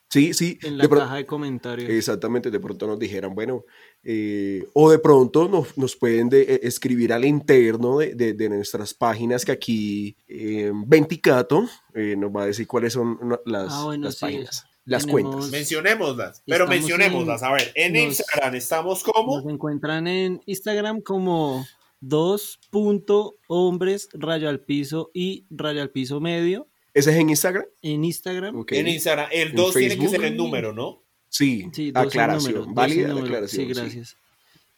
Speaker 2: Sí, sí.
Speaker 3: En
Speaker 2: de
Speaker 3: la
Speaker 2: pro-
Speaker 3: caja de comentarios.
Speaker 2: Exactamente, de pronto nos dijeran, bueno, eh, o de pronto nos, nos pueden de- eh, escribir al interno de, de- de nuestras páginas que aquí eh, Venticato eh, nos va a decir cuáles son una- las,
Speaker 3: Ah, bueno,
Speaker 2: las
Speaker 3: sí,
Speaker 2: páginas, las
Speaker 3: tenemos-
Speaker 2: cuentas.
Speaker 4: Mencionémoslas, pero
Speaker 3: Estamos
Speaker 4: mencionémoslas. A ver, en
Speaker 3: nos-
Speaker 4: Instagram estamos como
Speaker 3: Nos encuentran en Instagram como dos punto hombres rayo al piso y rayo al piso medio
Speaker 2: ¿Ese es en Instagram?
Speaker 3: en Instagram.
Speaker 2: Ok.
Speaker 4: en Instagram. El
Speaker 2: En
Speaker 4: 2 tiene que
Speaker 2: Facebook.
Speaker 4: ser el número, ¿no?
Speaker 2: Sí,
Speaker 3: Sí, dos sin
Speaker 2: Ah, aclaración,
Speaker 3: número, dos sin
Speaker 2: válida la
Speaker 3: número.
Speaker 2: aclaración.
Speaker 3: Sí, gracias.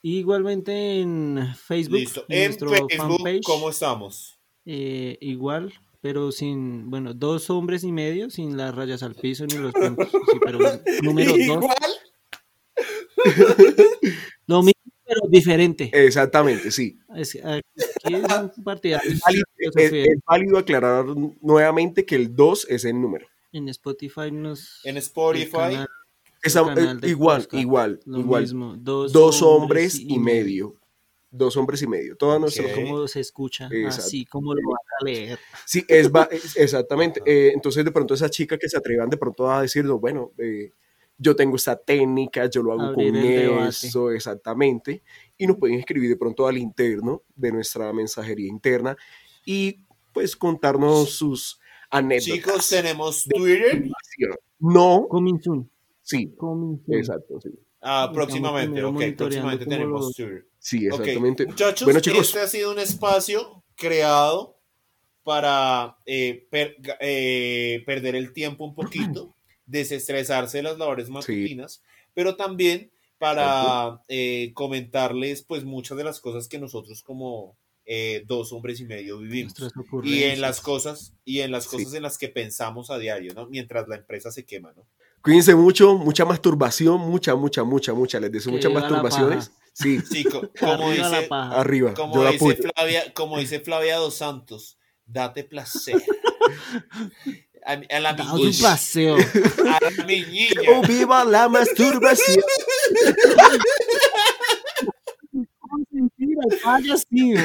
Speaker 3: Igualmente en Facebook,
Speaker 4: Listo.
Speaker 3: en
Speaker 4: En
Speaker 3: nuestro
Speaker 4: Facebook,
Speaker 3: fanpage,
Speaker 4: ¿cómo estamos?
Speaker 3: eh, igual, pero sin, bueno, dos hombres y medio, sin las rayas al piso ni los
Speaker 2: (laughs)
Speaker 3: puntos. Sí, pero bueno, número dos,
Speaker 4: (laughs) Igual.
Speaker 3: lo mismo, pero diferente.
Speaker 2: Eh. Exactamente, sí.
Speaker 3: Es, aquí es
Speaker 2: (laughs)
Speaker 3: un partidario.
Speaker 2: Válido- es,
Speaker 3: Filosofía.
Speaker 2: es válido aclarar nuevamente que el 2 es el número.
Speaker 3: En Spotify nos.
Speaker 4: En
Speaker 3: el
Speaker 4: Spotify.
Speaker 3: canal,
Speaker 2: Esa-
Speaker 3: canal
Speaker 2: eh,
Speaker 3: de
Speaker 2: igual,
Speaker 3: podcast,
Speaker 2: igual,
Speaker 3: lo
Speaker 2: igual.
Speaker 3: mismo. Dos,
Speaker 2: Dos hombres y medio. Dos hombres y medio. Todas nuestras
Speaker 4: Ok.
Speaker 3: Como se escucha,
Speaker 2: Exacto.
Speaker 3: así como lo vas a leer.
Speaker 2: Sí, es,
Speaker 3: (laughs)
Speaker 2: va- es-
Speaker 4: Ah.
Speaker 2: exactamente. Eh, entonces, de pronto, esas chicas que se atrevan de pronto a decir, no, bueno, eh, yo tengo esta técnica, yo lo hago
Speaker 3: Abrir
Speaker 2: con
Speaker 3: el debate.
Speaker 2: eso, exactamente. Y nos pueden escribir de pronto al interno de nuestra mensajería interna y, pues, contarnos sus
Speaker 4: Chicos,
Speaker 2: anécdotas.
Speaker 4: tenemos Twitter.
Speaker 2: No,
Speaker 3: Coming soon.
Speaker 2: sí,
Speaker 3: Coming soon.
Speaker 2: exacto, sí.
Speaker 4: Ah,
Speaker 3: Estamos
Speaker 4: próximamente,
Speaker 3: primero
Speaker 4: ok.
Speaker 3: monitoreando
Speaker 4: Próximamente
Speaker 3: cómo
Speaker 4: tenemos
Speaker 3: lo-
Speaker 4: Twitter.
Speaker 2: Sí,
Speaker 4: Ok,
Speaker 2: exactamente.
Speaker 4: Muchachos,
Speaker 2: bueno, chicos,
Speaker 4: este ha sido un espacio creado para eh, per- eh, perder el tiempo
Speaker 2: (clears throat)
Speaker 4: un poquito, desestresarse de las labores matutinas, pero también para eh, comentarles pues muchas de las cosas que nosotros como eh, dos hombres y medio vivimos.
Speaker 3: nuestras
Speaker 4: Y
Speaker 3: ocurrencias.
Speaker 4: en las cosas, y en las
Speaker 2: Sí.
Speaker 4: cosas en las que pensamos a diario, ¿no? Mientras la empresa se quema,
Speaker 3: (laughs)
Speaker 4: ¿no?
Speaker 2: Cuídense mucho, mucha masturbación, mucha, mucha, mucha, mucha. Les deseo
Speaker 3: Que
Speaker 2: muchas
Speaker 3: viva la
Speaker 2: masturbaciones. Sí,
Speaker 4: Sí, co- como é
Speaker 3: Arriba la
Speaker 4: dice,
Speaker 3: paja.
Speaker 2: arriba. Yo
Speaker 4: como
Speaker 2: la
Speaker 4: dice
Speaker 2: apoyo.
Speaker 4: Flavia, como dice Flavia dos Santos, date
Speaker 2: (laughs)
Speaker 4: placer. A, mi- a la mi
Speaker 3: Dado
Speaker 4: niña,
Speaker 3: un paseo.
Speaker 4: a la mi niña.
Speaker 2: (laughs) ¡Oh, viva la masturbación!
Speaker 3: Mentira, vaya así, ¿no?